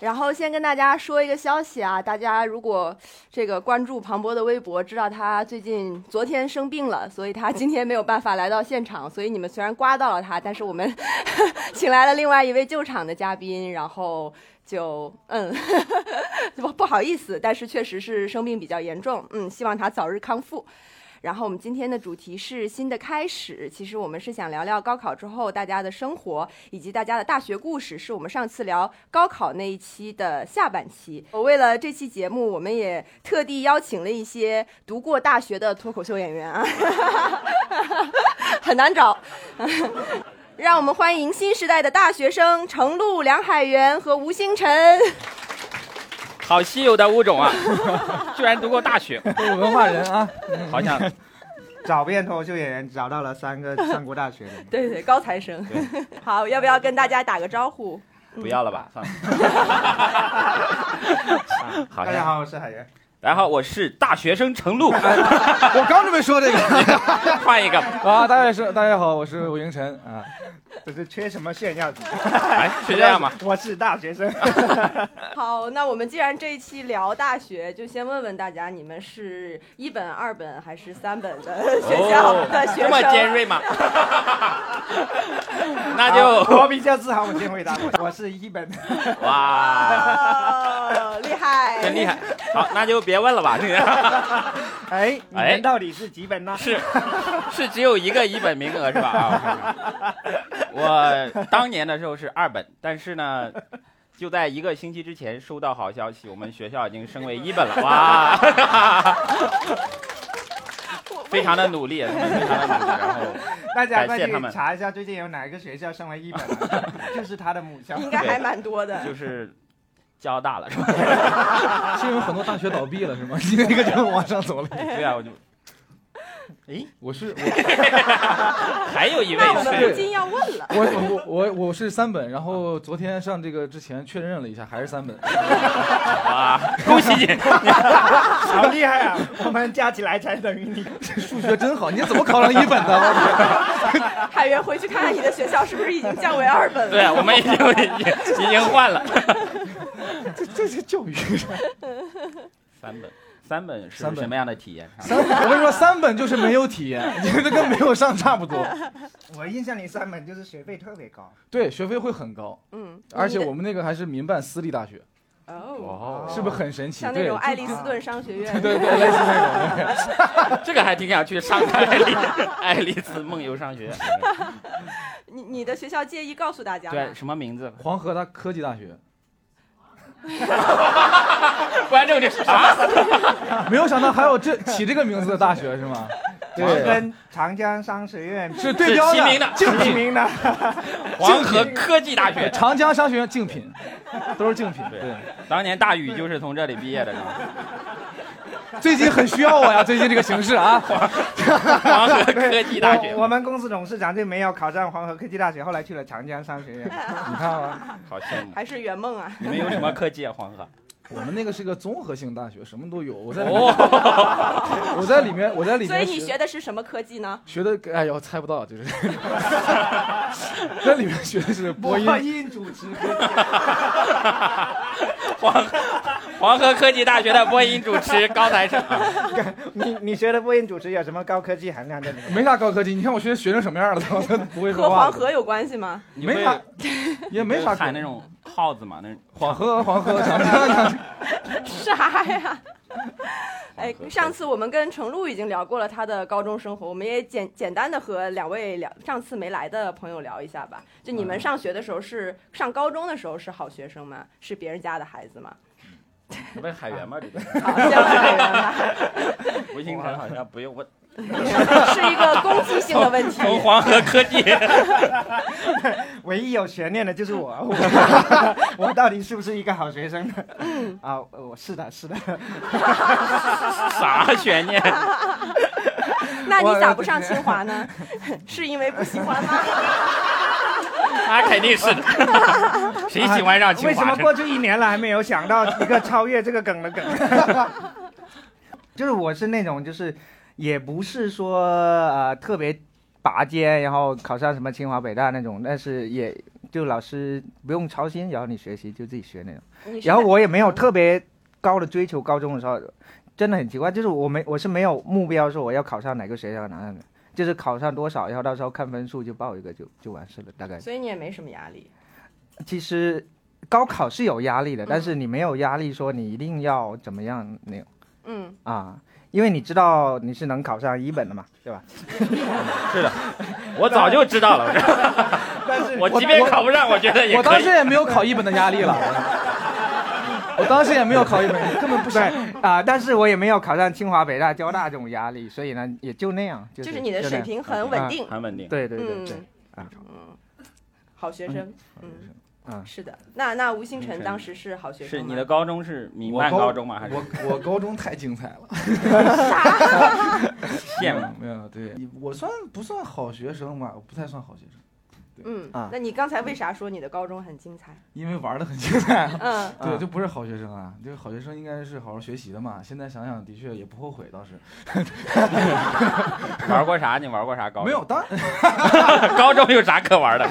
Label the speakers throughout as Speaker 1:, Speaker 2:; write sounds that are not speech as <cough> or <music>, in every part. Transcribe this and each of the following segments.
Speaker 1: 然后先跟大家说一个消息啊，大家如果这个关注庞博的微博，知道他最近昨天生病了，所以他今天没有办法来到现场，所以你们虽然刮到了他，但是我们 <laughs> 请来了另外一位救场的嘉宾，然后就嗯 <laughs> 不不好意思，但是确实是生病比较严重，嗯，希望他早日康复。然后我们今天的主题是新的开始。其实我们是想聊聊高考之后大家的生活，以及大家的大学故事，是我们上次聊高考那一期的下半期。我为了这期节目，我们也特地邀请了一些读过大学的脱口秀演员啊， <laughs> 很难找。 <laughs> 让我们欢迎新时代的大学生程璐、梁海源和吴星辰。
Speaker 2: 好稀有的物种啊！ <laughs> 居然读过大学，
Speaker 3: 都是文化人啊！
Speaker 2: 好像
Speaker 4: 找遍脱口秀演员，找到了三个三国大学的。
Speaker 1: 对对，高材生。 <laughs> 好，要不要跟大家打个招呼？ <laughs>
Speaker 2: 不要了吧，算了。好
Speaker 4: 大家好，我是海源。
Speaker 2: 大家好，我是大学生程璐，<laughs>
Speaker 3: <laughs> 我刚准备说这个
Speaker 2: 换一个。
Speaker 3: <laughs> 啊，大家是大家好，我是吴迎晨啊。
Speaker 4: 这是缺什么炫耀？
Speaker 2: 哎，是这样吗？
Speaker 4: <laughs> 我是大学生。
Speaker 2: <laughs>
Speaker 1: 好，那我们既然这一期聊大学，就先问问大家，你们是一本、二本还是三本的 <laughs> 学校的学生？
Speaker 2: 哦这么尖锐吗？ <laughs> 那就
Speaker 4: <laughs> 我比较自豪，我先回答。我是一本。
Speaker 2: 哇，
Speaker 1: 哦，厉害，
Speaker 2: 真厉害。。好，那就别问了吧。这个 <laughs>
Speaker 4: 哎，你
Speaker 2: 哎
Speaker 4: 们到底是几本呢？
Speaker 2: 是是只有一个一本名额是吧？啊，我当年的时候是二本，但是呢。就在一个星期之前收到好消息，我们学校已经升为一本了，哇！非常的努力，他们非常的努力，然后
Speaker 4: <laughs> 大家
Speaker 2: 感
Speaker 4: 快
Speaker 2: 谢他
Speaker 4: 去
Speaker 2: 们
Speaker 4: 查一下，最近有哪个学校升为一本了，就是他的母校。
Speaker 1: <laughs> 应该还蛮多的。
Speaker 2: 就是交大了，是吧？
Speaker 3: 是因为很多大学倒闭了是吗？ <laughs> 你那个就往上走了。
Speaker 2: 对啊，我就，诶，
Speaker 3: 我是
Speaker 2: 还有一位
Speaker 1: 那我们
Speaker 2: 是
Speaker 1: 不禁要问了，
Speaker 3: <laughs> 我我我我我是三本，然后昨天上这个之前确认了一下，还是三本。
Speaker 2: 啊，恭喜你，
Speaker 4: 好厉害啊！我们加起来才等于你。
Speaker 3: 数学真好，你怎么考上一本 <laughs> 的？
Speaker 1: 海源回去看看你的学校是不是已经降为二本了。
Speaker 2: 对啊，我们已经已经换了
Speaker 3: 这这是教育。
Speaker 2: 三本。三本是
Speaker 3: 三本
Speaker 2: 什么样的体 <laughs> 验？
Speaker 3: 三，我跟你说，三本就是没有体验， <laughs> 你这跟没有上差不多。
Speaker 4: 我印象里三本就是学费特别高。
Speaker 3: 对，学费会很高，
Speaker 1: 嗯，
Speaker 3: 而且
Speaker 1: 你的
Speaker 3: 我们那个还是民办私立大学，
Speaker 1: 哦，
Speaker 2: 哦
Speaker 3: 是不是很神奇？
Speaker 1: 像那
Speaker 3: 对
Speaker 1: 种，爱丽斯顿商学院，
Speaker 3: 对对，类似那种。对
Speaker 2: 这个还挺想去上 <laughs> 海爱丽爱丽丝梦游商学院。
Speaker 1: 你你的学校介意告诉大家吗
Speaker 2: 对，？什么名字？
Speaker 3: 黄河大科技大学，
Speaker 2: 观众就是啊，
Speaker 3: <laughs> 没有想到还有这起这个名字的大学是吗？
Speaker 4: 我跟长江商学院
Speaker 3: 啊是对标
Speaker 2: 是齐名的
Speaker 3: 竞
Speaker 4: 齐
Speaker 3: 品。
Speaker 4: 名的。
Speaker 2: 黄河科技大学。
Speaker 3: 长江商学院竞品，都是竞品。
Speaker 2: 对
Speaker 3: 对，
Speaker 2: <laughs> 当年大宇就是从这里毕业的，是吧？
Speaker 3: 最近很需要我呀，最近这个形势啊，
Speaker 2: <laughs> <laughs> 黄河
Speaker 4: <laughs>
Speaker 2: 科技大学
Speaker 4: 我。我们公司董事长就没有考上黄河科技大学，后来去了长江商学院。
Speaker 3: 你看啊，
Speaker 2: 好羡慕。
Speaker 1: 还是圆梦啊？
Speaker 3: <laughs>
Speaker 2: 你们有什么科技啊？黄河？
Speaker 3: 我们那个是个综合性大学，什么都有。我在里面，
Speaker 2: 哦，
Speaker 3: 我在里面，我在里
Speaker 1: 所以
Speaker 3: 面
Speaker 1: 你
Speaker 3: 学
Speaker 1: 学的是什么科技呢？
Speaker 3: 学的，哎呦，猜不到，就是 <laughs> 在里面学的是播音，
Speaker 4: 音主持，
Speaker 2: <laughs> 黄黄河科技大学的播音主持高材生。
Speaker 4: <laughs> 你你学的播音主持有什么高科技含量在里面？
Speaker 3: 没啥高科技。你看我学学成什么样了，都都不会
Speaker 1: 和
Speaker 3: 说话
Speaker 1: 黄。河有关系吗？
Speaker 2: 你会
Speaker 3: <laughs> 没啥，也没啥
Speaker 2: 喊那种号子嘛，那种
Speaker 3: 黄河黄河长江，
Speaker 1: <laughs> 啥呀？哎
Speaker 2: 黄河，
Speaker 1: 上次我们跟程璐已经聊过了他的高中生活，我们也简简单的和两位聊上次没来的朋友聊一下吧。就你
Speaker 4: 嗯
Speaker 1: 们上学的时候是上高中的时候是好学生吗？是别人家的孩子
Speaker 4: <laughs>
Speaker 1: 吗？
Speaker 2: 不是海源吗？这个
Speaker 3: <laughs>
Speaker 1: 好，先问海源吧。
Speaker 2: 吴星辰好像不用问，
Speaker 1: <laughs> 是一个攻击性的问题。
Speaker 3: 哎
Speaker 2: 从黄河科技， <laughs>
Speaker 4: 唯一有悬念的就是我，我 <laughs> 我到底是不是一个好学生呢？啊，我是的，是的，
Speaker 2: 啥悬
Speaker 3: <laughs>
Speaker 2: 念？
Speaker 1: 那你咋不上清华呢？ <laughs> 是因为不喜欢吗？
Speaker 4: <laughs>
Speaker 2: 那肯定是的。
Speaker 3: <laughs>
Speaker 2: 谁喜欢上清
Speaker 3: 啊
Speaker 4: 为什
Speaker 2: 华
Speaker 4: 么
Speaker 2: 生？
Speaker 4: 过去一年了还没有想到一个超越这个梗的梗？ <laughs> 就是我是那种就是也不是说呃特别拔尖，然后考上什么清华北大那种，但是也就老师不用操心，然后你学习就自己学那种。
Speaker 1: 你是
Speaker 4: 然后我也没有特别高的追求，高中的时候真的很奇怪，就是我没我是没有目标说我要考上哪个学校哪样的，就是考上多少，然后到时候看分数就报一个就就完事了，大概。
Speaker 1: 所以你也没什么压力。
Speaker 4: 其实高考是有压力的，但是你没有压力说你一定要怎么样那种
Speaker 1: 嗯，
Speaker 4: 啊，因为你知道你是能考上一本的嘛，对吧？
Speaker 2: 我早就知道
Speaker 3: <laughs>
Speaker 2: 了。
Speaker 4: 但是
Speaker 2: 我即便考不上，我觉得也
Speaker 3: 我
Speaker 2: 可
Speaker 3: 当
Speaker 2: 以
Speaker 3: 时。也没有考一本的压力了，我当时也没有考一本，根本不
Speaker 4: 对
Speaker 3: 想。
Speaker 4: 啊，但是我也没有考上清华、北大、交大这种压力，所以呢，也就那样，就是
Speaker 1: 就是你的
Speaker 4: 就那
Speaker 1: 水
Speaker 4: 样
Speaker 1: 平很稳定。
Speaker 2: 很稳定。
Speaker 4: 对对对
Speaker 1: 嗯
Speaker 4: 对，啊
Speaker 1: 嗯，好学生。嗯，
Speaker 4: 啊，
Speaker 1: 是的。那那吴星
Speaker 2: 吴星
Speaker 1: 辰
Speaker 2: 辰
Speaker 1: 当时是好学生
Speaker 2: 是
Speaker 1: 吗
Speaker 2: 你的高中是民办高中吗？还是
Speaker 3: 我我高中太精彩了。
Speaker 2: <laughs> 县吗？
Speaker 3: 没有没有，对我算不算好学生吧？我不太算好学生，
Speaker 1: 嗯
Speaker 4: 啊，
Speaker 1: 那你刚才为啥说你的高中很精彩？
Speaker 3: 因为玩的很精彩。 <laughs>
Speaker 1: 嗯，
Speaker 3: 对，
Speaker 4: 啊
Speaker 3: 就不是好学生啊，就是好学生应该是好好学习的嘛。现在想想，的确也不后悔，倒是
Speaker 2: 玩过啥？你玩过啥高中？
Speaker 3: 没有。当
Speaker 2: <laughs> 高中有啥可
Speaker 3: <laughs>
Speaker 2: 玩的？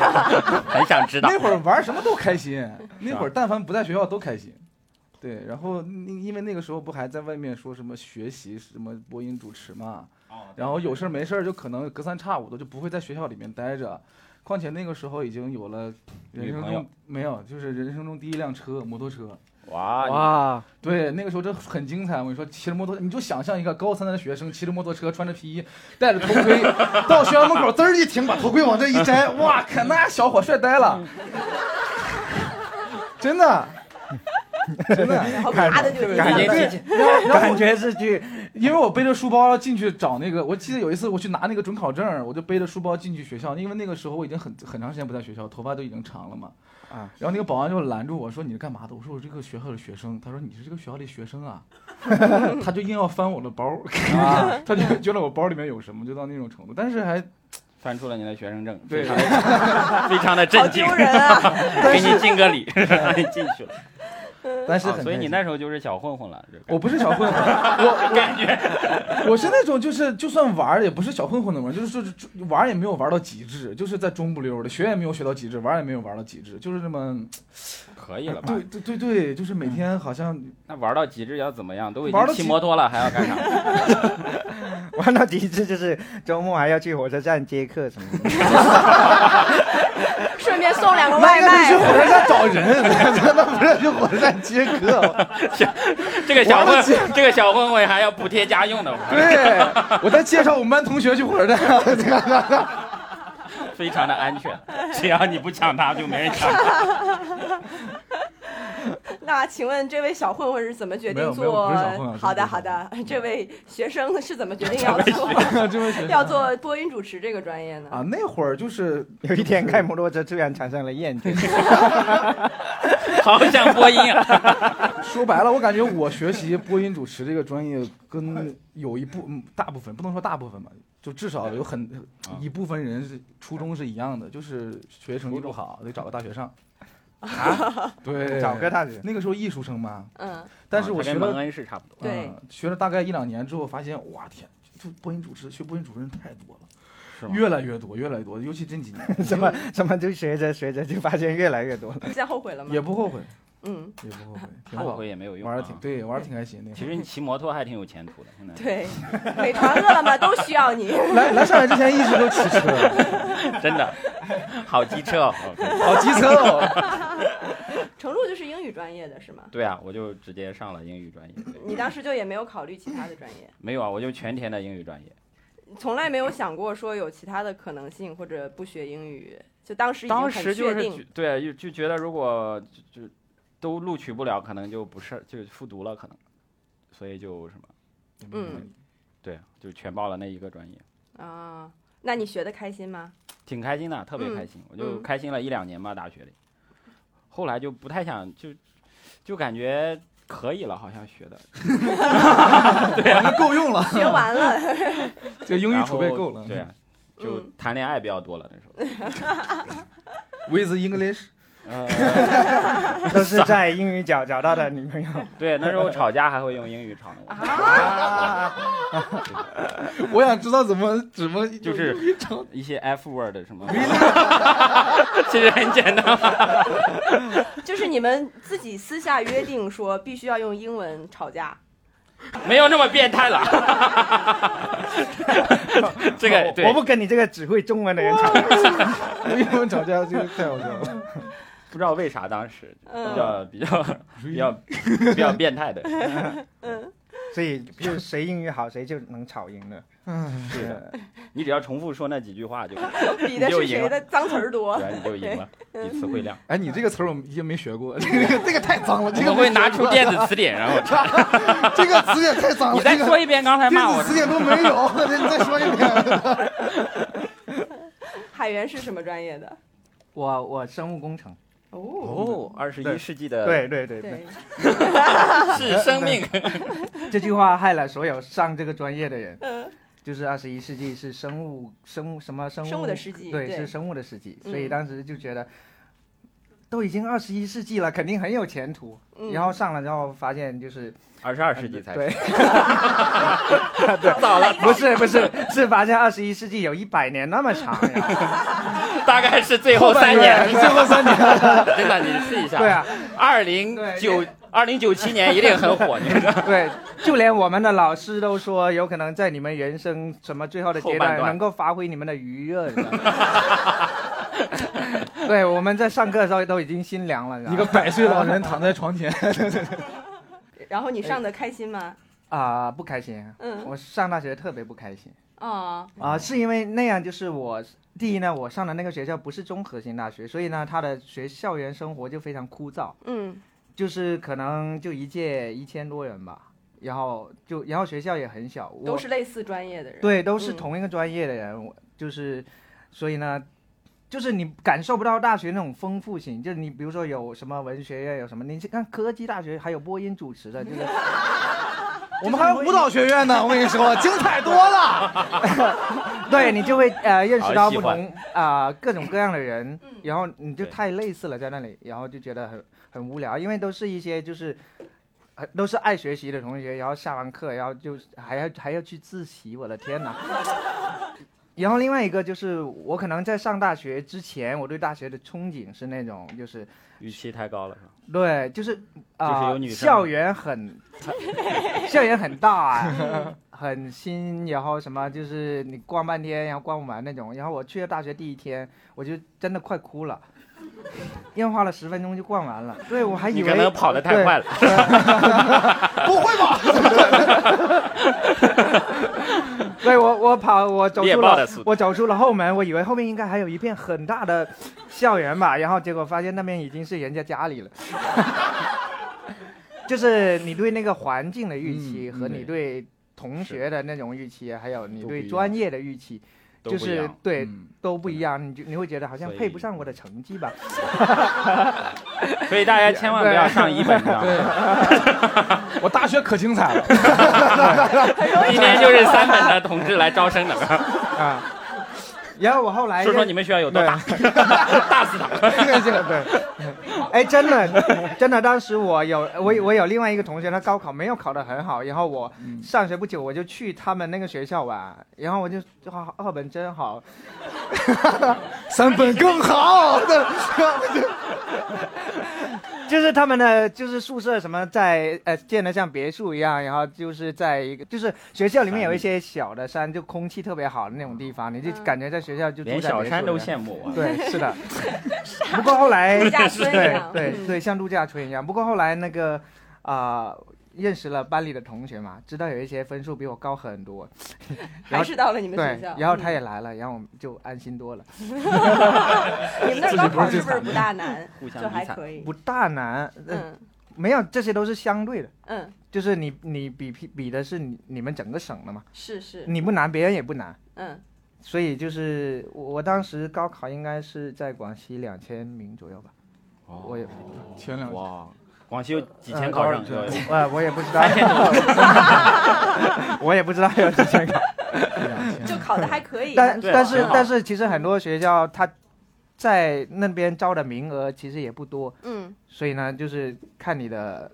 Speaker 2: 很想知道。
Speaker 3: 那会儿玩什么都开心，那会儿但凡不在学校都开心。对，然后那因为那个时候不还在外面说什么学习什么播音主持嘛，
Speaker 2: 哦
Speaker 3: 然后有事儿没事儿就可能隔三差五的就不会在学校里面待着。况且那个时候已经有了人
Speaker 2: 女
Speaker 3: 生
Speaker 2: 朋友
Speaker 3: 中没有，就是人生中第一辆车摩托车。
Speaker 2: 哇，
Speaker 4: 哇，
Speaker 3: 对，那个时候真很精彩。我跟你说，骑着摩托，你就想象一个高三的学生骑着摩托车，穿着皮衣，戴着头盔，
Speaker 2: <laughs>
Speaker 3: 到学校门口滋儿一停，把头盔往这一摘，哇靠，那小伙帅呆了，真的，真的。
Speaker 1: 然后啪的就
Speaker 4: 感
Speaker 1: 进去了
Speaker 4: 觉
Speaker 2: <laughs>
Speaker 4: 感觉是去
Speaker 3: 因为我背着书包要进去找那个，我记得有一次我去拿那个准考证儿，我就背着书包进去学校，因为那个时候我已经很很长时间不在学校，头发都已经长了嘛。
Speaker 4: 啊，
Speaker 3: 然后那个保安就拦住我说：“你是干嘛的？”我说：“我这个学校的学生。”他说：“你是这个学校的学
Speaker 2: <laughs>
Speaker 3: 生啊？”他就硬要翻我的包儿，
Speaker 2: 啊
Speaker 3: <laughs> 他就觉得我包里面有什么，就到那种程度。但是还
Speaker 2: 翻出了你的学生证，
Speaker 3: 对
Speaker 2: 非常的非常的
Speaker 1: 好
Speaker 2: 震惊
Speaker 1: 丢，人
Speaker 3: <laughs>
Speaker 1: 啊！
Speaker 2: 给你敬个礼， <laughs> 让你进去了。
Speaker 3: 但是
Speaker 2: 啊
Speaker 3: 很、
Speaker 2: 所以你那时候就是小混混了，这个
Speaker 3: 我不是小混混，我
Speaker 2: 感觉
Speaker 3: <laughs> 我是那种就是就算玩儿也不是小混混的玩儿，就是就是就玩儿也没有玩到极致，就是在中不溜儿的，学也没有学到极致，玩儿也没有玩到极致，就是这么哎嗯
Speaker 2: 可以了吧？
Speaker 3: 对对对对，就是每天好像
Speaker 2: 那玩到极致要怎么样？都已
Speaker 3: 玩
Speaker 2: 经
Speaker 3: 到
Speaker 2: 骑
Speaker 3: 极
Speaker 2: 摩托了，还要干啥？
Speaker 4: 玩到极致，就是周末还要去火车站接客什么的。
Speaker 1: 顺便送两个
Speaker 3: 那
Speaker 1: 外
Speaker 3: 应该
Speaker 1: 卖
Speaker 3: 去。火车站找人， <laughs> 那不是去火车站接客。
Speaker 2: 这个小
Speaker 3: 玩到
Speaker 2: 混
Speaker 3: 极，
Speaker 2: 这个小混混还要补贴家用的，
Speaker 3: <laughs> <laughs> 对，我在介绍我们班同学去火车站。 <laughs>
Speaker 2: 非常的安全。只要你不抢他，就没人抢他。
Speaker 1: 那请问这位小混混是怎么决
Speaker 3: 没有
Speaker 1: 定
Speaker 3: 没有
Speaker 1: 做
Speaker 3: 不是小混混？
Speaker 1: 好的
Speaker 3: 真不
Speaker 1: 好
Speaker 3: 是
Speaker 1: 的，这位学生是怎么决定要做
Speaker 3: <laughs> 这位学
Speaker 1: 要做播音主持这个专业呢？
Speaker 3: 啊，那会儿就是
Speaker 4: 有一天开摩托车，突然产生了厌倦。
Speaker 2: 好想播音啊！
Speaker 3: 说白了，我感觉我学习播音主持这个专业，跟有一部嗯大部分不能说大部分吧，就至少有很
Speaker 2: 啊
Speaker 3: 一部分人是初衷是一样的，就是学习成绩不好得找个大学
Speaker 2: <laughs>
Speaker 3: 上。啊，对，
Speaker 4: 找个大学，
Speaker 3: 那个时候艺术生嘛，
Speaker 1: 嗯，
Speaker 3: <laughs> 但是我
Speaker 2: 啊他
Speaker 3: 学
Speaker 2: 跟
Speaker 3: 了
Speaker 2: 蒙恩是差不多。
Speaker 1: 对
Speaker 3: 嗯学了大概一两年之后，发现哇天，就播音主持学播音主持人太多了，
Speaker 2: 是吗
Speaker 3: 越来越多，越来越多，尤其近
Speaker 2: <laughs>
Speaker 3: 几年
Speaker 4: 怎么怎么就学着学着就发现越来越多了。
Speaker 1: <laughs> 现在后悔了吗
Speaker 3: 也？不后悔，
Speaker 1: 嗯，
Speaker 3: 也不后悔，挺
Speaker 2: 后
Speaker 3: 好，
Speaker 2: 悔也没有用啊。
Speaker 3: 玩的挺对，玩的挺开心
Speaker 2: 其
Speaker 3: 的。
Speaker 2: 实你骑摩托还挺有前途的。现在
Speaker 1: 对，美团、饿了么都需要你。 <laughs>
Speaker 3: 来来上海之前一直都骑车，
Speaker 2: 真的好机车哦。哦
Speaker 3: 好机车哦。
Speaker 1: 程璐就是英语专业的是吗？
Speaker 2: 对啊，我就直接上了英语专业。对
Speaker 1: 你当时就也没有考虑其他的专业，
Speaker 2: 没有啊，我就全填的英语专业。
Speaker 1: 从来没有想过说有其他的可能性，或者不学英语，就当时已经
Speaker 2: 当
Speaker 1: 很确
Speaker 2: 时就是
Speaker 1: 定。
Speaker 2: 觉对，啊就就觉得如果就就都录取不了，可能就不是就复读了，可能，所以就什么，
Speaker 1: 嗯
Speaker 2: 对，啊就全报了那一个专业，
Speaker 1: 啊，那你学的开心吗？
Speaker 2: 挺开心的，特别
Speaker 1: 嗯
Speaker 2: 开心，我就
Speaker 1: 嗯
Speaker 2: 开心了一两年吧，大学里，后来就不太想，就就感觉可以了，好像学的，
Speaker 3: 嗯够用
Speaker 2: <laughs>
Speaker 3: 了，
Speaker 1: 学完了， <laughs>
Speaker 3: 这英语
Speaker 2: 然
Speaker 3: 储备
Speaker 2: 后
Speaker 3: 够了。
Speaker 2: 对啊，就
Speaker 1: 嗯
Speaker 2: 谈恋爱比较多了那时
Speaker 1: <laughs>
Speaker 2: 候。
Speaker 3: ，with English，
Speaker 2: 呃，
Speaker 4: 都是在英语角找到的女朋友。
Speaker 2: 对，那时候吵架还会用英语吵呢，
Speaker 1: 啊
Speaker 3: 我想知道怎么怎么
Speaker 2: 就是 <laughs> 一些 F word 什么， <laughs> 其实很简单嘛。
Speaker 1: 就是你们自己私下约定说必须要用英文吵架。
Speaker 2: 没有那么变态了。这个对，
Speaker 4: 我不跟你这个只会中文的人吵。
Speaker 3: 英文吵架，这个太好笑了。
Speaker 2: 不知道为啥当时比
Speaker 1: 嗯
Speaker 2: 较比较比较比较变态的，
Speaker 1: 嗯，
Speaker 4: 所以就谁英语好，谁就能吵赢了。
Speaker 2: 是的，你只要重复说那几句话就，
Speaker 1: 比的是谁的脏词儿多。
Speaker 2: 然后你就赢了，你词汇量。
Speaker 3: 哎，你这个词儿我们也没学过，这 <laughs> 个这个太脏了，
Speaker 2: 我
Speaker 3: 这个
Speaker 2: 们会拿出电子词典，然后查
Speaker 3: 这个词也太脏
Speaker 2: <laughs> 你
Speaker 3: 了，
Speaker 2: 再
Speaker 3: 这
Speaker 2: 说
Speaker 3: 个
Speaker 2: 一遍刚才骂
Speaker 3: 电
Speaker 2: 我
Speaker 3: 子词典都没有，你再说一 <laughs> 遍。
Speaker 1: 海源是什么专业的？
Speaker 4: 我我生物工程，
Speaker 1: 哦，
Speaker 2: 哦，二十一
Speaker 4: 对
Speaker 2: 世纪
Speaker 1: 呃
Speaker 2: 的
Speaker 4: 对对对
Speaker 1: 对，
Speaker 2: 是生命，
Speaker 4: <laughs> 这句话害了所有上这个专业的人。
Speaker 1: 嗯
Speaker 4: 就是二十一世纪是生物生物什么生物
Speaker 1: 生物的世纪
Speaker 4: 对，
Speaker 1: 对
Speaker 4: 是生物的世纪，
Speaker 1: 嗯
Speaker 4: 所以当时就觉得。都已经二十一世纪了，肯定很有前途。
Speaker 1: 嗯
Speaker 4: 然后上了之后发现就是，
Speaker 2: 二十二世纪才
Speaker 4: 对 <laughs>
Speaker 2: 是，早了，
Speaker 4: 不是不是是发现二十一世纪有一百年那么长
Speaker 2: <laughs>
Speaker 4: 呀。
Speaker 2: 大概是最后三年，
Speaker 3: 最后三年，
Speaker 2: <laughs> 真的，你试一下。
Speaker 4: 对啊，
Speaker 2: 二零九二零九七年一定很火，你知道
Speaker 4: 对，就连我们的老师都说，有可能在你们人生什么最后的阶
Speaker 2: 后半
Speaker 4: 段
Speaker 2: 段
Speaker 4: 能够发挥你们的余热。
Speaker 2: <laughs>
Speaker 4: 你知道吗对，我们在上课的时候都已经心凉了。你知道吗
Speaker 3: 一个百岁老人躺在床
Speaker 2: <laughs>
Speaker 3: 前，
Speaker 1: 然后你上的开心吗？
Speaker 4: 啊、不开心。
Speaker 1: 嗯
Speaker 4: 我上大学特别不开心
Speaker 1: 啊，
Speaker 4: 啊、是因为那样就是我第一呢，我上的那个学校不是综合性大学，所以呢，他的学校园生活就非常枯燥，
Speaker 1: 嗯
Speaker 4: 就是可能就一届一千多人吧，然后就然后学校也很小，我
Speaker 1: 都是类似专业的人。
Speaker 4: 对都是
Speaker 1: 嗯
Speaker 4: 同一个专业的人，我就是所以呢。就是你感受不到大学那种丰富性，就是你比如说有什么文学院，有什么，你去看科技大学还有播音主持的，就是
Speaker 3: 我们还有舞蹈学
Speaker 2: <laughs>
Speaker 3: 院呢，我跟你说，精彩多了。
Speaker 4: <laughs> 对你就会呃认识到
Speaker 2: 好喜
Speaker 4: 不
Speaker 2: 欢嗯
Speaker 4: 同啊、各种各样的人，然后你就
Speaker 2: 对
Speaker 4: 太类似了在那里，然后就觉得很很无聊，因为都是一些就是。呃都是爱学习的同学，然后下完课，然后就还要还要去自习，我的
Speaker 2: <laughs>
Speaker 4: 天哪！然后另外一个就是，我可能在上大学之前，我对大学的憧憬是那种，就是
Speaker 2: <laughs> 预期太高
Speaker 4: <laughs>
Speaker 2: 了，是吧？
Speaker 4: 对，就是
Speaker 2: 就是
Speaker 4: 啊、
Speaker 2: 有女生
Speaker 4: 校园很，很 <laughs> 校园很
Speaker 2: <laughs>
Speaker 4: 大、啊，很新，然后什么就是你逛半天，然后逛不完那种。然后我去了大学第一天，我就真的快
Speaker 2: <laughs>
Speaker 4: 哭了，因为花了十分钟就逛完了。对，我还以
Speaker 2: 你
Speaker 4: 为
Speaker 2: 可能跑得太快
Speaker 4: 了。
Speaker 2: 了，
Speaker 3: 不会吧？
Speaker 4: 对我，我跑，我走
Speaker 2: 猎
Speaker 4: 出
Speaker 2: 豹的
Speaker 4: 了
Speaker 2: 速度，
Speaker 4: <laughs> 我走出了后门，我以为后面应该还有一片很大的校园吧，然后结果发现那边已经是人家家里了。 <laughs> 就是你对那个环境的预期
Speaker 3: 嗯嗯
Speaker 4: 和你
Speaker 3: 对
Speaker 4: 对同学的那种预期，还有你
Speaker 3: 都不一
Speaker 4: 对
Speaker 3: 样
Speaker 4: 专业的预期，
Speaker 2: 都
Speaker 4: 就
Speaker 2: 不一
Speaker 4: 是 <laughs>
Speaker 2: 样。
Speaker 4: 对
Speaker 3: 嗯
Speaker 4: 都不一样，你就你会觉得好像
Speaker 2: 所以
Speaker 4: 配不上我的成绩吧。
Speaker 2: 所以大家千万不要上一本，你知道吗？
Speaker 3: 对， <laughs> 我大学可精彩了。
Speaker 2: <laughs> 今天就是三本的同志来招生的，
Speaker 4: 啊，然后我后来
Speaker 2: 说说
Speaker 4: 认
Speaker 2: 你们学校有多大， <laughs> 大死他！
Speaker 4: 这个这 <laughs> 个对， <laughs> 哎，真的，真的，当时我有我我有另外一个同学，他高考没有考得很好，然后我
Speaker 2: 嗯
Speaker 4: 上学不久我就去他们那个学校玩，然后我就哇，二本真好，
Speaker 3: 三本更
Speaker 2: <laughs>
Speaker 3: 好。
Speaker 4: 就是他们的就是宿舍什么在呃建的像别墅一样，然后就是在一个就是学校里面有一些小的山，就空气特别好的那种地方，你就感觉在学校就住在
Speaker 2: 嗯连小山
Speaker 4: <laughs>
Speaker 2: 都
Speaker 4: 别墅里
Speaker 2: 羡慕我。
Speaker 4: 对，是的。不过后来
Speaker 1: <laughs> 度假村一
Speaker 4: 对
Speaker 1: 样
Speaker 4: 对
Speaker 1: 嗯
Speaker 4: 对，像度假村一样。不过后来那个啊、认识了班里的同学嘛，知道有一些分数比我高很多，
Speaker 1: 还
Speaker 4: 然后
Speaker 1: 是到了你们
Speaker 4: 对
Speaker 1: 学校。，嗯
Speaker 4: 然后他也来了，然后我们就安心多了。
Speaker 1: 嗯，你们那儿高考是不是不大难
Speaker 2: 互？相
Speaker 1: 就还
Speaker 2: 比惨
Speaker 1: 可以。
Speaker 4: 不大难，呃
Speaker 1: 嗯，
Speaker 4: 没有，这些都是相对的，
Speaker 1: 嗯，
Speaker 4: 就是你你比比比的是你你们整个省的嘛，
Speaker 1: 是是，
Speaker 4: 你不难，别人也不难。
Speaker 1: 嗯
Speaker 4: 所以就是我我当时高考应该是在广西两千名左右吧，我也
Speaker 3: 前两
Speaker 2: 哇，广西有几千考生
Speaker 3: 嗯
Speaker 2: 左右，
Speaker 4: 呃我也不知道， <laughs> 我也不知道有几千个，
Speaker 3: 两
Speaker 1: 嗯就
Speaker 3: 千，
Speaker 1: 考的还可以，
Speaker 4: <laughs> 但
Speaker 2: 对啊
Speaker 4: 但
Speaker 2: 挺
Speaker 4: 是
Speaker 2: 好
Speaker 4: 但是其实很多学校它在那边招的名额其实也不多，
Speaker 1: 嗯
Speaker 4: 所以呢就是看你的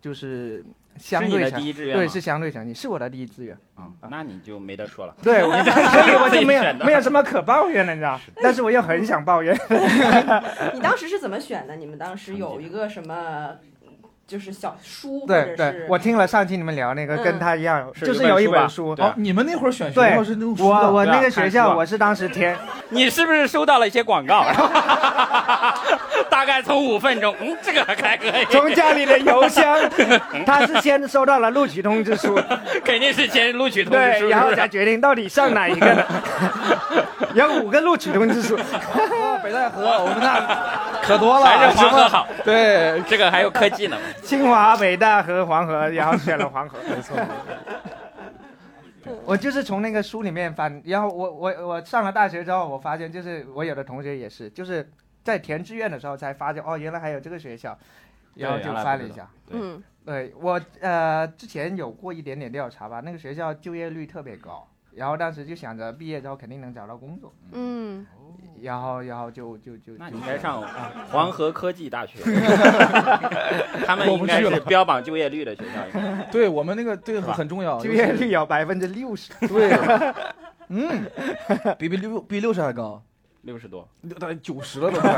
Speaker 4: 就是
Speaker 2: 是
Speaker 4: 相
Speaker 2: 你
Speaker 4: 对
Speaker 2: 的
Speaker 4: 成
Speaker 2: 第一志愿吗
Speaker 4: 对是相对成绩是我的第一志愿。
Speaker 2: 啊，那你就没得说了。
Speaker 4: 对，我所以我
Speaker 2: 自
Speaker 4: 就
Speaker 2: 己
Speaker 4: 没有
Speaker 2: 选的
Speaker 4: 没有什么可抱怨的，你知道？ <laughs> 但是我又很想抱怨。
Speaker 1: 你当时是怎么选的？你们当时有一个什么，就是小书或者
Speaker 4: 对对
Speaker 1: 是，
Speaker 4: 我听了上期你们聊那个，
Speaker 1: 嗯
Speaker 4: 跟他一样，
Speaker 2: 是
Speaker 4: 就是
Speaker 2: 一本
Speaker 4: 有一
Speaker 2: 书吧
Speaker 4: 本书。
Speaker 2: 对
Speaker 3: 哦，你们那会儿选学
Speaker 4: 对
Speaker 3: 校是那种书
Speaker 4: 我
Speaker 3: 的
Speaker 4: 我
Speaker 2: 对啊
Speaker 4: 那个学
Speaker 2: 看书啊
Speaker 4: 校，我是当时填，
Speaker 2: 你是不是收到了一些广告？ <laughs> 大概从五分钟，嗯，这个还可以，
Speaker 4: 从家里的邮箱，他是先收到了录取通知书，
Speaker 2: <laughs> 肯定是先录取通知书，
Speaker 4: 对，然后
Speaker 2: 是 <laughs> 吧
Speaker 4: 才决定到底上哪一个的。有五个录取通知书，
Speaker 3: 啊北戴河，我们那可多了，
Speaker 2: 还是黄河
Speaker 3: 什么
Speaker 2: 好，
Speaker 3: 对，
Speaker 2: 这个还有科
Speaker 3: <laughs>
Speaker 2: 技呢。
Speaker 4: 清华、北大和黄河，然后选了黄河。 <laughs> 没错。我就是从那个书里面翻，然后我我我上了大学之后，我发现就是我有的同学也是，就是在填志愿的时候才发现哦，原来还有这个学校，然后
Speaker 2: 对
Speaker 4: 就
Speaker 2: 原来
Speaker 4: 翻
Speaker 2: 不
Speaker 4: 了一
Speaker 2: 知
Speaker 4: 下。
Speaker 2: 对
Speaker 1: 嗯
Speaker 4: 对我呃之前有过一点点调查吧，那个学校就业率特别高，然后当时就想着毕业之后肯定能找到工作，
Speaker 1: 嗯，
Speaker 4: 然后然后就就就
Speaker 2: 那
Speaker 4: 就
Speaker 2: 你应该上黄河科技大
Speaker 3: <laughs>
Speaker 2: 学，他们应该
Speaker 3: 过不去
Speaker 2: 是
Speaker 3: 了
Speaker 2: 标榜就业率的学校。应该
Speaker 3: 对我们那个对
Speaker 2: 是吧
Speaker 3: 很重要，
Speaker 4: 就业率有百分之六十，
Speaker 3: 对，嗯，比比六比六十还高，嗯
Speaker 2: 六十多，
Speaker 3: 六大概九十 <laughs> 了都快。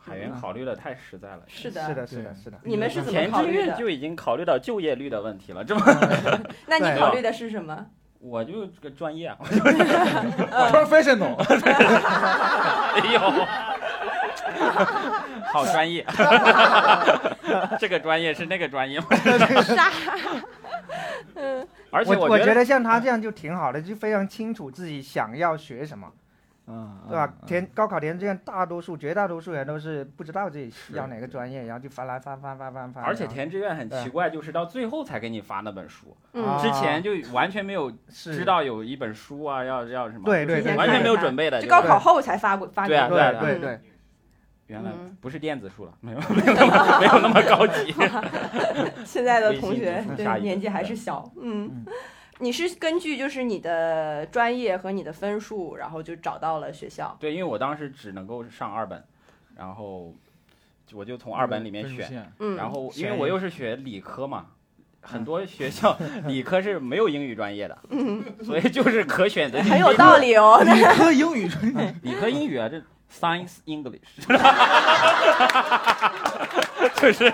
Speaker 2: 海源考虑的太实在了。
Speaker 1: 是的，
Speaker 4: <laughs> 是。的，是的，是的。
Speaker 1: 你们是怎么
Speaker 2: 填
Speaker 1: 考
Speaker 2: 志
Speaker 1: 虑
Speaker 2: 愿
Speaker 1: 的？
Speaker 2: 就已经考虑到就业率的问题了，这不，
Speaker 3: 嗯
Speaker 1: 那你
Speaker 4: 对
Speaker 1: 考虑的是什么？
Speaker 2: 我就这个专业啊，
Speaker 3: professional，
Speaker 2: 哎呦，好专业， <laughs> 这个专业是那个专
Speaker 1: <laughs>
Speaker 2: 业吗？
Speaker 1: 嗯
Speaker 2: <laughs> 而且
Speaker 4: 我我
Speaker 2: 觉
Speaker 4: 觉得像他这样就挺好的，就非常清楚自己想要学什么，
Speaker 3: 嗯，
Speaker 4: 对吧？
Speaker 3: 嗯
Speaker 4: 填高考填志愿，大多数绝大多数人都是不知道自己要哪个专业，然 <laughs> 后就翻来翻翻翻翻翻。
Speaker 2: 而且
Speaker 4: 然后
Speaker 2: 填志愿很奇怪，就是到最后才给你发那本书，
Speaker 4: 啊
Speaker 1: 嗯，
Speaker 2: 之前就完全没有
Speaker 4: 是
Speaker 2: 知道有一本书啊，要要什么，
Speaker 4: 对对
Speaker 2: 就是
Speaker 4: 对
Speaker 2: 完全没有准备的。
Speaker 1: 就
Speaker 2: 就
Speaker 1: 高考后才发过发给
Speaker 2: 对啊
Speaker 1: 你。
Speaker 4: 对
Speaker 2: 的
Speaker 4: 对
Speaker 1: 嗯
Speaker 4: 对，
Speaker 2: 原来
Speaker 1: 嗯
Speaker 2: 不是电子书了，没有没有那么没有那么高
Speaker 1: <laughs>
Speaker 2: 级。
Speaker 1: 现在的
Speaker 2: 微
Speaker 1: 同
Speaker 2: 信
Speaker 1: 学
Speaker 2: 就是下
Speaker 1: 对
Speaker 2: 一个
Speaker 1: 年纪还是小，嗯。你是根据就是你的专业和你的分数，然后就找到了学校。
Speaker 2: 对，因为我当时只能够上二本，然后我就从二本里面
Speaker 3: 分数
Speaker 2: 选，
Speaker 3: <laughs> 线
Speaker 1: 嗯，
Speaker 2: 然后因
Speaker 4: 选
Speaker 2: 为
Speaker 4: 一
Speaker 2: 我又是学嗯理科嘛，很多学校 <laughs> 理科是没有英语专业的， <laughs> 所以就是可选择
Speaker 1: 嗯
Speaker 2: 性
Speaker 1: 很有道理哦。
Speaker 3: 理科英 <laughs> 语专业，
Speaker 2: 理科英语啊，这 science English，就是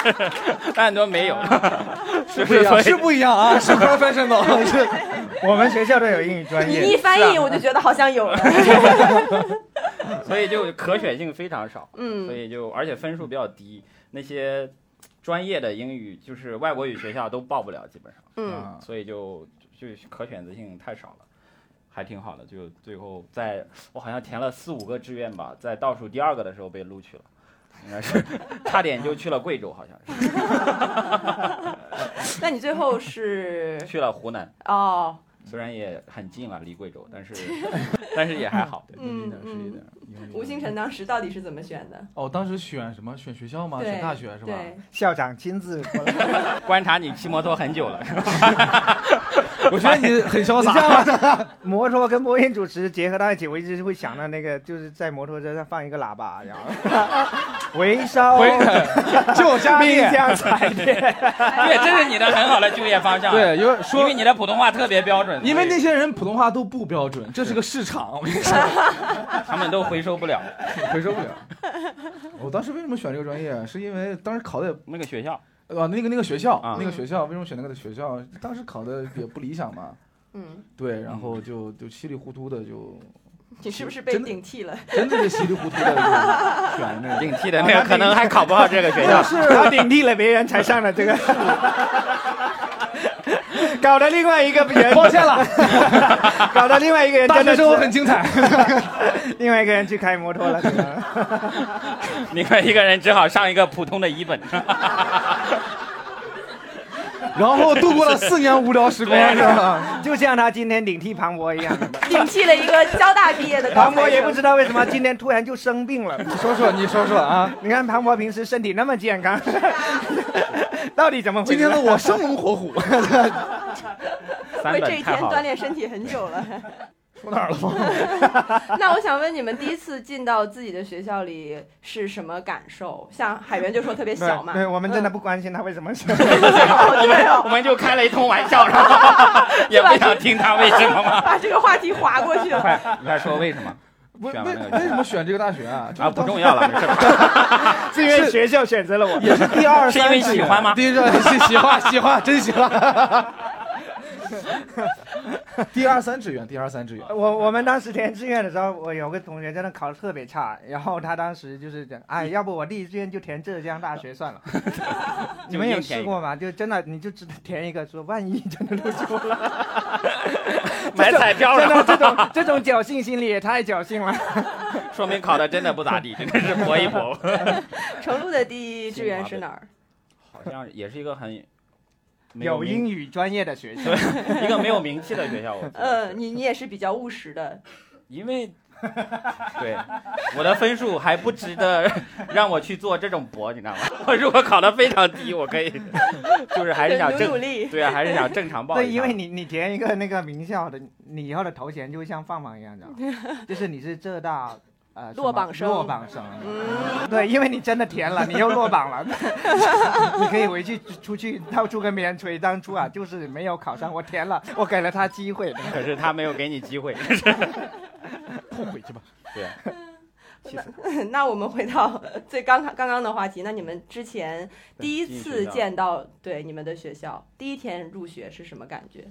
Speaker 2: 但很多没有，
Speaker 1: 啊
Speaker 2: <laughs> 是
Speaker 3: 不一样，
Speaker 2: 所以
Speaker 3: 是不一样 <laughs> 啊，是 professional，是
Speaker 4: <laughs>
Speaker 3: <laughs>
Speaker 4: 我们学校都有英语专 <laughs>
Speaker 1: 你
Speaker 4: 业
Speaker 1: 一，翻译，我就觉得好像有了。
Speaker 2: 所以就可选性非常少，所
Speaker 1: 嗯
Speaker 2: 以就而且分数比较低，那些专业的英语就是外国语学校都报不了，基本上，
Speaker 1: 嗯，
Speaker 3: 啊
Speaker 2: 所以就就可选择性太少了。还挺好的，就最后在我好像填了四五个志愿吧，在倒数第二个的时候被录取了，应该是 <laughs> 差点就去了贵州，好像是
Speaker 1: <laughs> 那你最后
Speaker 3: <laughs>
Speaker 1: 是
Speaker 2: 去了湖南，
Speaker 1: 哦，
Speaker 2: 虽然也很近了，离贵州，但是但是也还好。
Speaker 1: 嗯
Speaker 3: 是一
Speaker 1: 嗯。
Speaker 3: 点英语
Speaker 1: 吴星辰当时到底是怎么选的？
Speaker 3: 哦，当时选什么？选学校吗？
Speaker 1: 对
Speaker 3: 啊选大学是吧？
Speaker 1: 对，
Speaker 4: 校长亲自过来。
Speaker 2: 观察你骑摩托很久了，是吧
Speaker 3: 我觉得你很潇
Speaker 4: 你
Speaker 3: 洒
Speaker 4: 知。
Speaker 3: <laughs>
Speaker 4: 道吗？摩托跟播音主持结合到一起，我一直会想到那个，就是在摩托车上放一个
Speaker 3: <laughs>
Speaker 4: 喇叭，然后 <laughs> 回收
Speaker 3: 回 <laughs> 就家
Speaker 4: 冰
Speaker 3: 面，
Speaker 4: 箱
Speaker 3: <laughs>
Speaker 4: 彩电。
Speaker 2: 对，这是你的很好的就业方向。，
Speaker 3: 对，因为
Speaker 2: 因
Speaker 3: 说
Speaker 2: 为，你的普通话特别标准，
Speaker 3: 因为
Speaker 2: 所
Speaker 3: 那
Speaker 2: 以
Speaker 3: 些人普通话都不标准，这是个市场，我跟你说，
Speaker 2: 他们都回收不了
Speaker 3: <laughs> 回收不了。 <laughs> 我当时为什么选这个专业？是因为当时考的也
Speaker 2: 那个学校。
Speaker 3: 啊，那个那个学校，
Speaker 2: 啊
Speaker 3: 那个学校为什么选那个学校？当时考的也不理想嘛，
Speaker 1: 嗯，
Speaker 3: 对，然后就就稀里糊涂的就，
Speaker 1: 你是不是被
Speaker 3: 真的
Speaker 1: 顶替
Speaker 3: <laughs>
Speaker 1: 了？
Speaker 3: 真的是稀里糊涂的就选那
Speaker 2: <laughs>
Speaker 3: 个。
Speaker 2: 顶替的那个可能还考不好这个学校。
Speaker 4: 他顶替了别人才上了这个， <laughs> 搞得另外一个人，
Speaker 3: 抱歉了，
Speaker 4: <laughs> 搞得另外一个人
Speaker 3: 大
Speaker 2: <laughs>
Speaker 3: 学
Speaker 4: 真的
Speaker 3: 生活很精彩。
Speaker 4: 是 <laughs> 另外一个人去开摩托了。可能
Speaker 3: <laughs>
Speaker 2: <laughs> 另外一个人只好上一个普通的一
Speaker 1: <laughs>
Speaker 2: 本。
Speaker 3: 然后度过了四年无聊时光，是吧？
Speaker 4: 就像他今天顶替庞博一
Speaker 3: <laughs>
Speaker 4: 样，
Speaker 1: 顶替了一个交大毕业的高材
Speaker 4: 庞
Speaker 1: 生
Speaker 4: 博也不知道为什么今天突然就生病了。
Speaker 3: 你说说，你说
Speaker 2: <laughs>
Speaker 3: 说啊！
Speaker 4: 你看庞博平时身体那么健康，到底怎么回事？
Speaker 3: 今天的我生龙活虎，
Speaker 2: 三
Speaker 1: 为
Speaker 2: 本
Speaker 1: 这一
Speaker 2: 太
Speaker 1: 天
Speaker 2: 好
Speaker 1: 锻
Speaker 2: 了。
Speaker 1: 炼身体很久了。
Speaker 3: <laughs> 说哪儿了吗？
Speaker 1: <laughs> 那我想问你们，第一次进到自己的学校里是什么感受？像海源就说特别
Speaker 4: 对
Speaker 1: 小嘛， <laughs>
Speaker 4: 对，我们真的不关心他为什么生。
Speaker 1: 对哦
Speaker 2: 我们就开了一通玩笑，
Speaker 1: <laughs>
Speaker 2: 然后也不想听他为什么嘛。
Speaker 1: 把这个话题划过去了。
Speaker 3: 哎
Speaker 2: 快，你快说为什么？
Speaker 3: 为
Speaker 2: 选
Speaker 3: 为
Speaker 2: 完了
Speaker 3: 为什么选这个大学啊？
Speaker 2: 啊，不重要了，没事 <laughs> 吧。
Speaker 4: 是因为学校选择了我。
Speaker 3: 也是第二
Speaker 2: 是因为喜欢吗？
Speaker 3: 第一热喜喜欢喜欢，真喜欢。 <laughs> 第二三志愿，第二三志愿，
Speaker 4: 我我们当时填志愿的时候，我有个同学真的考得特别差，然后他当时就是讲，哎，要不我第一志愿就填浙江大学算了。你们有试过吗？就真的你就只填一个，说万一真的录取我了，
Speaker 2: 买彩票
Speaker 4: 真
Speaker 2: 了，
Speaker 4: 的这种这种侥幸心理也太侥幸了。
Speaker 2: 说明考的真的不咋 <laughs> 地，真的是搏一搏。
Speaker 1: 程璐的第一志愿是哪儿？
Speaker 2: 好像也是一个很没
Speaker 4: 有
Speaker 2: 名
Speaker 4: 英语专业的学校，
Speaker 2: <laughs> 一个没有名气的学校，我觉
Speaker 1: <laughs>
Speaker 2: 得
Speaker 1: 呃，你你也是比较务实的，
Speaker 2: 因为对我的分数还不值得让我去做这种博，你知道吗？ <laughs> 我如果考得非常低，我可以就是还是想
Speaker 1: 努努
Speaker 2: 正
Speaker 1: 力。
Speaker 2: <laughs> 对啊，还是想正常报一下。
Speaker 4: 对，因为你你填一个那个名校的，你以后的头衔就会像放榜一
Speaker 1: <laughs>
Speaker 4: 样的，就是你是浙大。呃，什么
Speaker 1: 落榜生
Speaker 4: 落榜生，
Speaker 1: 嗯，
Speaker 4: 对，因为你真的填了，你又落榜了， <laughs> 你可以回去出去到处跟别人吹，当初啊就是没有考上，我填了，我给了他机会的。
Speaker 2: 可是他没有给你机会，
Speaker 3: 后悔去吧。
Speaker 2: 对，
Speaker 1: 那我们回到 <laughs> 最刚刚刚的话题，那你们之前第一
Speaker 2: 进学
Speaker 1: 次
Speaker 2: 校
Speaker 1: 见到对你们的学校，第一天入学是什么感觉？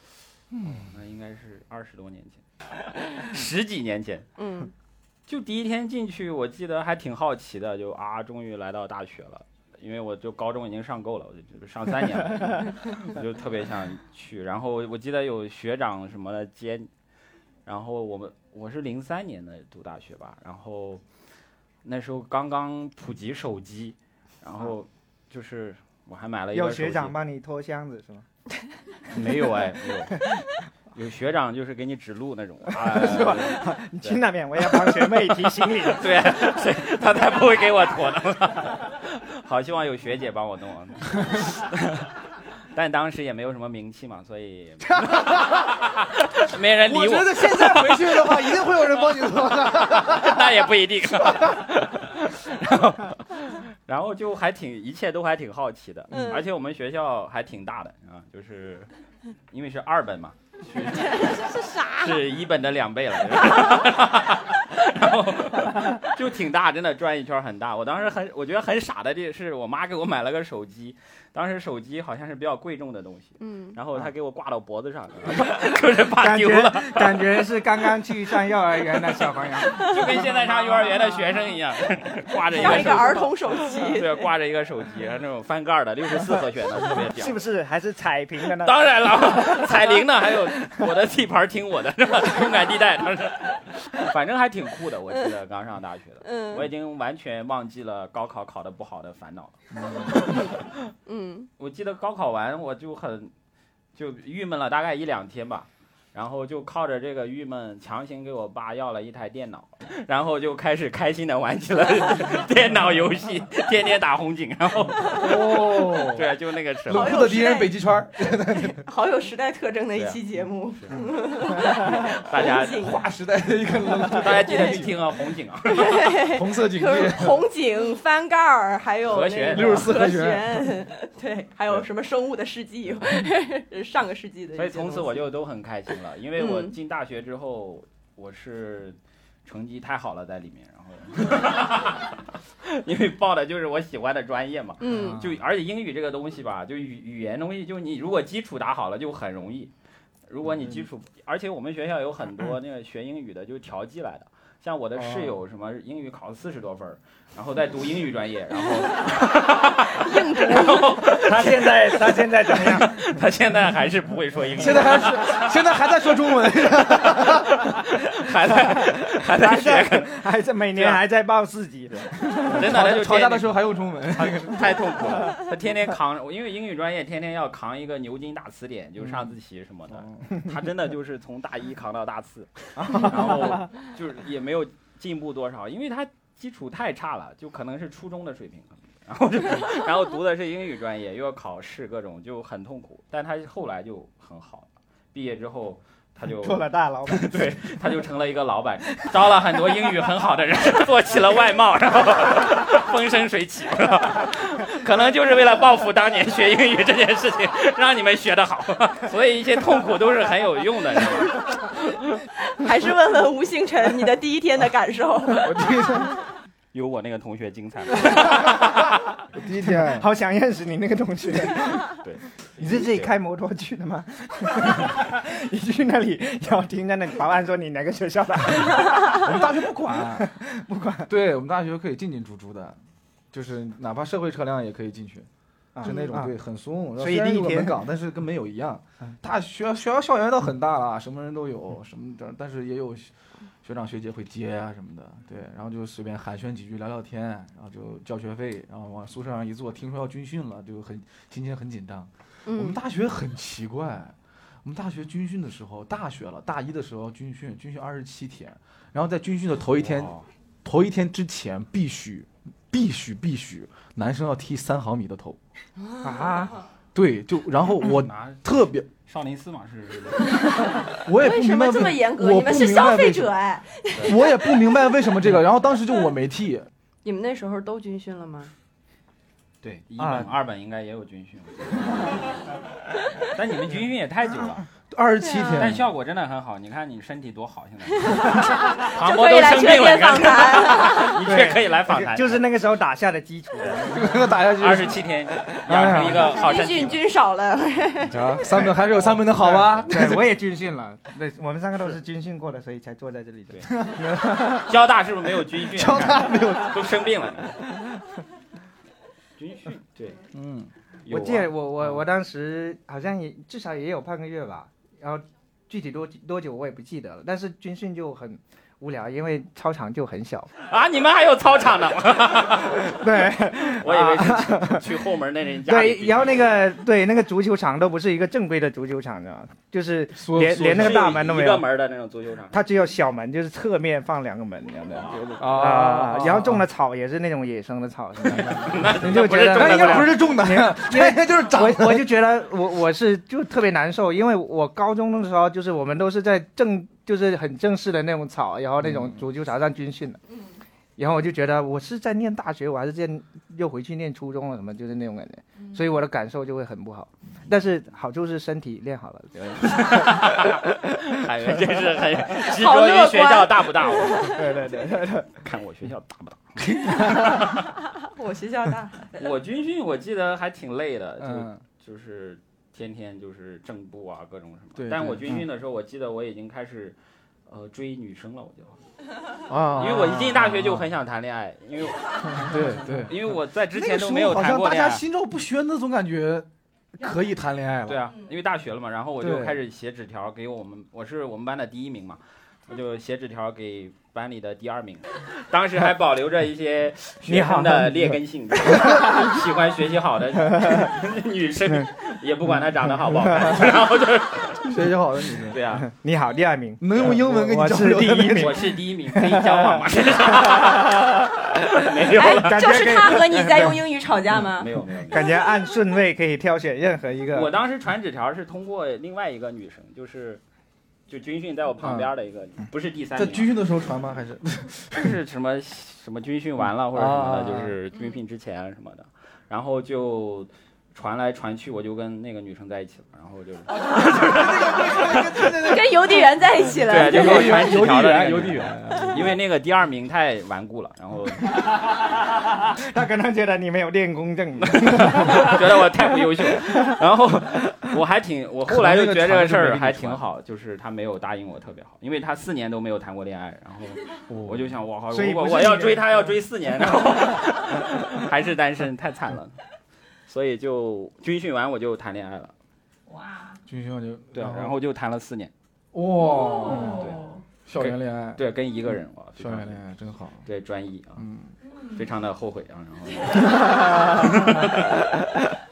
Speaker 2: <laughs> 那应该是二十多年前， <laughs> 十几年前。
Speaker 1: 嗯，
Speaker 2: 就第一天进去，我记得还挺好奇的，就啊，终于来到大学了，因为我就高中已经上够了，我就就上三年
Speaker 4: <laughs>
Speaker 2: 了，我就特别想去。然后我记得有学长什么的接你，然后我们我是零三年的读大学吧，然后那时候刚刚普及手机，然后就是我还买了一个
Speaker 4: 有
Speaker 2: 手
Speaker 4: 学
Speaker 2: 机
Speaker 4: 长帮你拖箱子是吗？
Speaker 2: <laughs> 没有哎，没有。有学长就是给你指路那种，
Speaker 3: <laughs>
Speaker 2: 啊、
Speaker 4: 你去那边，我要帮学妹提行李了。
Speaker 2: <laughs> 对，谁他才不会给我驮呢。 <laughs> 好，希望有学姐帮我弄啊。 <laughs> 但当时也没有什么名气嘛，所
Speaker 3: <laughs>
Speaker 2: 以没人
Speaker 3: 我
Speaker 2: 理
Speaker 3: 觉
Speaker 2: 我，
Speaker 3: 得现在回去的话，一定会有人帮你做的。
Speaker 2: 那也不一定。 <laughs> 然后，然后就还挺，一切都还挺好奇的，
Speaker 1: 嗯
Speaker 2: 而且我们学校还挺大的啊，就是因为是二本嘛，
Speaker 1: <laughs> 是啥？
Speaker 4: <laughs>
Speaker 2: 是一本的两倍了，然后就挺大，真的转一圈很大。我当时很，我觉得很傻的，这是我妈给我买了个手机，当时手机好像是比较贵重的东西，
Speaker 1: 嗯，
Speaker 2: 然后她给我挂到脖子
Speaker 4: <laughs>
Speaker 2: 上，就是怕
Speaker 4: 感
Speaker 2: 丢
Speaker 4: 觉
Speaker 2: 了，
Speaker 4: 感觉是刚刚去上幼儿园的小朋
Speaker 2: <laughs>
Speaker 4: 友，
Speaker 2: 就跟现在上幼儿园的学生一样， <laughs> 挂着一
Speaker 1: 像一
Speaker 2: 个
Speaker 1: 个
Speaker 2: 手
Speaker 1: 儿童手
Speaker 2: 机，
Speaker 1: 机。
Speaker 2: 对，挂着一个手机，然后那种翻盖儿的，六十四和弦的，特别屌
Speaker 4: <laughs> 是。不是还是彩屏
Speaker 2: <laughs>
Speaker 4: 的呢？
Speaker 2: 当然了，彩铃呢，还有我的地盘听我的，是吧？ <laughs> 勇敢地带，当时，反正还挺酷的。我记得刚上大学的。我已
Speaker 1: 嗯
Speaker 2: 经完全忘记了高考考得不好的烦恼了。
Speaker 1: 嗯，
Speaker 2: 我记得高考完我就很就郁闷了，大概一两天吧，然后就靠着这个郁闷，强行给我爸要了一台电脑，然后就开始开心的玩起了 <laughs> 电脑游戏，天天打红警，然后 <laughs>
Speaker 3: 哦，
Speaker 2: 对，就那个时候
Speaker 3: 冷。酷的敌人北极圈儿，
Speaker 1: 好有时代特征的一期节目。
Speaker 2: 啊嗯大家
Speaker 1: 红
Speaker 3: 划时代的一个冷酷
Speaker 2: 大家记得去听啊，红警 <laughs> 啊，
Speaker 1: 对，
Speaker 3: 红色警
Speaker 1: <laughs> 就是
Speaker 3: 戒。
Speaker 1: 红警、翻盖儿，还有
Speaker 2: 和
Speaker 1: 那
Speaker 2: 弦
Speaker 1: 个
Speaker 3: 64和
Speaker 1: 弦， <laughs> 对，还有什么生物的世纪， <laughs> 上个世纪的一些东西。
Speaker 2: 所以从此我就都很开心了，因为我
Speaker 1: 嗯
Speaker 2: 进大学之后我是成绩太好了在里面，然后因为报的就是我喜欢的专业嘛，
Speaker 1: 嗯
Speaker 2: 就而且英语这个东西吧，就语语言东西，就你如果基础打好了就很容易，如果你基础，而且我们学校有很多那个学英语的，就是调剂来的。像我的室友什么英语考四十多分儿，然后再读英语专业，然后
Speaker 1: 硬读，
Speaker 2: 然后
Speaker 4: 他现在他现在怎么样？
Speaker 2: <laughs> 他现在还是不会说英语，
Speaker 3: 现在还是现在还在说中文，
Speaker 2: 还在还在
Speaker 4: 还
Speaker 2: 学，
Speaker 4: 在还在每
Speaker 2: 这
Speaker 3: 啊
Speaker 4: 年
Speaker 2: 样
Speaker 4: 还在报自己的，
Speaker 2: 真的他就
Speaker 3: 吵架
Speaker 2: 天
Speaker 3: 的时候还用中文。
Speaker 2: <laughs> 天太痛苦了。他天天扛，因为英语专业天天要扛一个牛津大词典，就是上自习什么的。他真的就是从大一扛到大四，然后就是也没有进步多少，因为他基础太差了，就可能是初中的水平。然后就，然后读的是英语专业，又要考试，各种就很痛苦。但他后来就很好了，毕业之后他
Speaker 4: <laughs>
Speaker 2: 就
Speaker 4: 做了大老板。
Speaker 2: <laughs> 对，他就成了一个老板，招了很多英语很好的人，做起了外贸，然后风生水起， <laughs> 可能就是为了报复当年学英语这件事情，让你们学得好， <laughs> 所以一些痛苦都是很有用的，你知道吗
Speaker 1: 还是问问吴星辰你的第一天的感受。
Speaker 3: 我第一天，
Speaker 2: 有我那个同学精彩。
Speaker 3: 我 <laughs> 第一天，
Speaker 4: 好想认识你那个同学。
Speaker 2: 对，
Speaker 4: <laughs> 你是自己开摩托去的吗？ <laughs> 你去那里，然后停在那里，保安说你哪个学校
Speaker 3: <laughs>
Speaker 4: 的？
Speaker 3: 我们大学不管，不管。对我们大学可以进进出出的，就是哪怕社会车辆也可以进去，
Speaker 4: 啊
Speaker 3: 是那种
Speaker 4: 啊
Speaker 3: 对，很松。
Speaker 4: 所以
Speaker 3: 虽然
Speaker 4: 第一
Speaker 3: 有个
Speaker 4: 天
Speaker 3: 门岗，但是跟没有一样
Speaker 4: 嗯。
Speaker 3: 大学学校校园倒很大了，什么人都有，什么的但是也有学学长学姐会接啊什么的。对，然后就随便寒暄几句，聊聊天，然后就交学费，然后往宿舍上一坐，听说要军训了，就很心情很紧张。我们
Speaker 1: 嗯，
Speaker 3: 大学很奇怪，我们大学军训的时候，大学了，大一的时候军训，军训二十七天，然后在军训的头一天，头一天之前必须，必须必须，男生要剃三毫米的头，
Speaker 4: 啊，
Speaker 3: 对，就然后
Speaker 1: 嗯
Speaker 3: 我
Speaker 2: 拿
Speaker 3: 特别，
Speaker 2: 少林寺嘛是，
Speaker 3: 我也不
Speaker 1: <laughs> 为什
Speaker 3: 明
Speaker 1: 么
Speaker 3: 白
Speaker 1: 这么严格？
Speaker 3: 我
Speaker 1: 你
Speaker 3: 不
Speaker 1: 们是
Speaker 3: 明白
Speaker 1: 消费
Speaker 3: 为什
Speaker 1: 者啊
Speaker 3: 么，
Speaker 1: 哎。
Speaker 3: 我也不明白为什么这个，然后当时就我没剃，
Speaker 1: 你们那时候都军训了吗？
Speaker 2: 对，一
Speaker 4: 啊
Speaker 2: 本二本应该也有军训，但你们军训也太久了，
Speaker 3: 二十七
Speaker 1: 对啊
Speaker 3: 天，
Speaker 2: 但效果真的很好，你看你身体多好，现在 <laughs>
Speaker 1: 就
Speaker 2: 庞博
Speaker 1: 可以
Speaker 2: 啊都
Speaker 1: 来
Speaker 2: 生
Speaker 1: 全
Speaker 2: 病了，
Speaker 1: 天
Speaker 2: 你
Speaker 1: 访
Speaker 2: 看。
Speaker 1: 谈。
Speaker 2: 你却可以来访谈，
Speaker 4: 就是那个时候打下的基础。
Speaker 3: 这 <laughs> 个打下
Speaker 2: <laughs>
Speaker 3: 去
Speaker 2: 二十七天养成一个 <laughs> 好
Speaker 1: <laughs>
Speaker 2: 身
Speaker 1: 军
Speaker 2: 体
Speaker 1: 训。军少了，
Speaker 3: 啊，三本还是有三本的
Speaker 2: <laughs>
Speaker 3: 好吧？
Speaker 4: 对，我也军训了。对，我们三个都是军训过的，所以才坐在这里的
Speaker 2: 对。交大是不是没有军训？啊
Speaker 3: 交大没有，
Speaker 2: 都生病了。军训对，
Speaker 3: 嗯，
Speaker 2: 有
Speaker 4: 我
Speaker 2: 啊
Speaker 4: 记得我我我当时好像也至少也有半个月吧，然后具体多多久我也不记得了。但是军训就很无聊，因为操场就很
Speaker 2: <laughs>
Speaker 4: 小。
Speaker 2: 啊，你们还有操场呢，
Speaker 4: 对
Speaker 2: <laughs> 我以为是去去后门那人 <laughs> 家里
Speaker 4: 对，
Speaker 2: 比。
Speaker 4: 然后那个对那个足球场都不是一个正规的足球场，你知道吗？就是
Speaker 3: 缩
Speaker 4: 连
Speaker 3: 缩
Speaker 4: 连那个大门都没
Speaker 2: 一个
Speaker 4: 有，
Speaker 2: 门的那种足球 <laughs> 场。
Speaker 4: 它只有小门，就是侧面放两个门这样的。
Speaker 3: 啊
Speaker 2: 哦
Speaker 4: 啊，，然后种的草也是那种野生的草，你知道吗
Speaker 2: <laughs>
Speaker 4: 你就
Speaker 2: 不
Speaker 4: 觉
Speaker 2: 是
Speaker 4: 得哎
Speaker 2: 种
Speaker 3: 啊那
Speaker 2: 的
Speaker 3: 应该不是种的， <laughs> 那应该就是长
Speaker 4: 我我就觉得我我是就特别难受，因为我高中的时候就是我们都是在正就是很正式的那种草，然后那种足球场上军训的，然后我就觉得我是在念大学，我还是在又回去念初中了什么，就是那种感觉，所以我的感受就会很不好。但是好处是身体练好了，
Speaker 2: 海源真是很执
Speaker 1: 好
Speaker 2: 着
Speaker 1: 乐
Speaker 2: 于
Speaker 1: 观
Speaker 2: 学校大不大，我 <laughs>
Speaker 4: 对对对对对，
Speaker 2: 看我学校大不大。
Speaker 1: 我学校大，
Speaker 2: <laughs> 我军训我记得还挺累的，就
Speaker 3: 嗯，
Speaker 2: 就是天天就是正步啊，各种什么。
Speaker 3: 对
Speaker 2: 但
Speaker 3: 对
Speaker 2: 我军训的时候，我记得我已经开始，呃，追女生了，我就，
Speaker 3: 啊，
Speaker 2: 因为我一进大学就很想谈恋爱，因为
Speaker 3: 对对，
Speaker 2: 因为我在之
Speaker 3: 那
Speaker 2: 前
Speaker 3: 个
Speaker 2: 都
Speaker 3: 时
Speaker 2: 没
Speaker 3: 候
Speaker 2: 有
Speaker 3: 好
Speaker 2: 谈
Speaker 3: 像
Speaker 2: 过
Speaker 3: 大
Speaker 2: 恋
Speaker 3: 家
Speaker 2: 爱。
Speaker 3: 心照不宣的，总感觉可以谈恋爱了。
Speaker 2: 对啊，因为大学了嘛，然后我就
Speaker 3: 对
Speaker 2: 开始写纸条给我们，我是我们班的第一名嘛，我就写纸条给班里的第二名，当时还保留着一
Speaker 3: <laughs>
Speaker 2: 些学生的劣根性， <laughs> 喜欢学习好的 <laughs> 女
Speaker 3: 嗯
Speaker 2: 生，也不管她长得好不好看，然后就
Speaker 3: <laughs> 学习好的女生，啊
Speaker 2: 对啊，
Speaker 4: <laughs> 你好，第二名，
Speaker 3: 能用英文跟你
Speaker 4: 我
Speaker 3: 交
Speaker 4: 是
Speaker 3: 流
Speaker 4: 第
Speaker 3: 的
Speaker 4: 一名
Speaker 2: 我，是第一名，可以交往吗？ <laughs> 没有
Speaker 1: <laughs> 哎
Speaker 2: 了，，
Speaker 1: 就
Speaker 4: 感觉可
Speaker 1: 是
Speaker 4: 以
Speaker 1: 他和你在用英语吵架吗
Speaker 2: 没？有没有。没有
Speaker 4: 感觉按顺位可以挑选任何一
Speaker 3: 啊
Speaker 4: 个。
Speaker 2: 我当时传纸条是通过另外一个女生，就是就军训在我
Speaker 3: 嗯
Speaker 2: 旁边的一个，不是第三
Speaker 3: 在
Speaker 2: 名，啊
Speaker 3: 军训的时候传吗？还是
Speaker 2: 就是什么什么军训完了或者什么的，
Speaker 3: 啊
Speaker 2: 就是军训之前什么的，然后就传来传去，我就跟那个女生在一起了，然后就是
Speaker 1: 跟邮递员在一起了
Speaker 2: 对，就
Speaker 3: 邮
Speaker 2: 是我
Speaker 3: 递
Speaker 2: 传
Speaker 3: 员，
Speaker 2: 纸条的那个
Speaker 3: 邮递员，邮
Speaker 2: 女
Speaker 3: 递
Speaker 2: 生，
Speaker 3: 员。
Speaker 2: 因为那个第二名太顽固了，然后
Speaker 4: 他可能觉得你没有练功 <laughs> 证，
Speaker 2: 觉得我太不优秀了，然后我还挺，我后来就觉得这个事儿还挺好，就是他没有答应我特别好，因为他四年都没有谈过恋爱，然后。我就想，我靠，
Speaker 4: 所以
Speaker 2: 如果
Speaker 4: 不是
Speaker 2: 我要
Speaker 4: 你
Speaker 2: <laughs> 追她，要追四年，然后还是单身，太惨了。所以就军训完我就谈恋爱了，
Speaker 5: 哇，
Speaker 3: 军训就
Speaker 2: 对，啊然后就谈了四年，
Speaker 3: 哇，嗯
Speaker 5: 哦，
Speaker 3: 校园恋爱，
Speaker 2: 对，跟一个人，哇，非
Speaker 3: 校
Speaker 2: 常
Speaker 3: 园恋爱真好，
Speaker 2: 对专一啊，
Speaker 3: 嗯，
Speaker 2: 非常的后悔啊，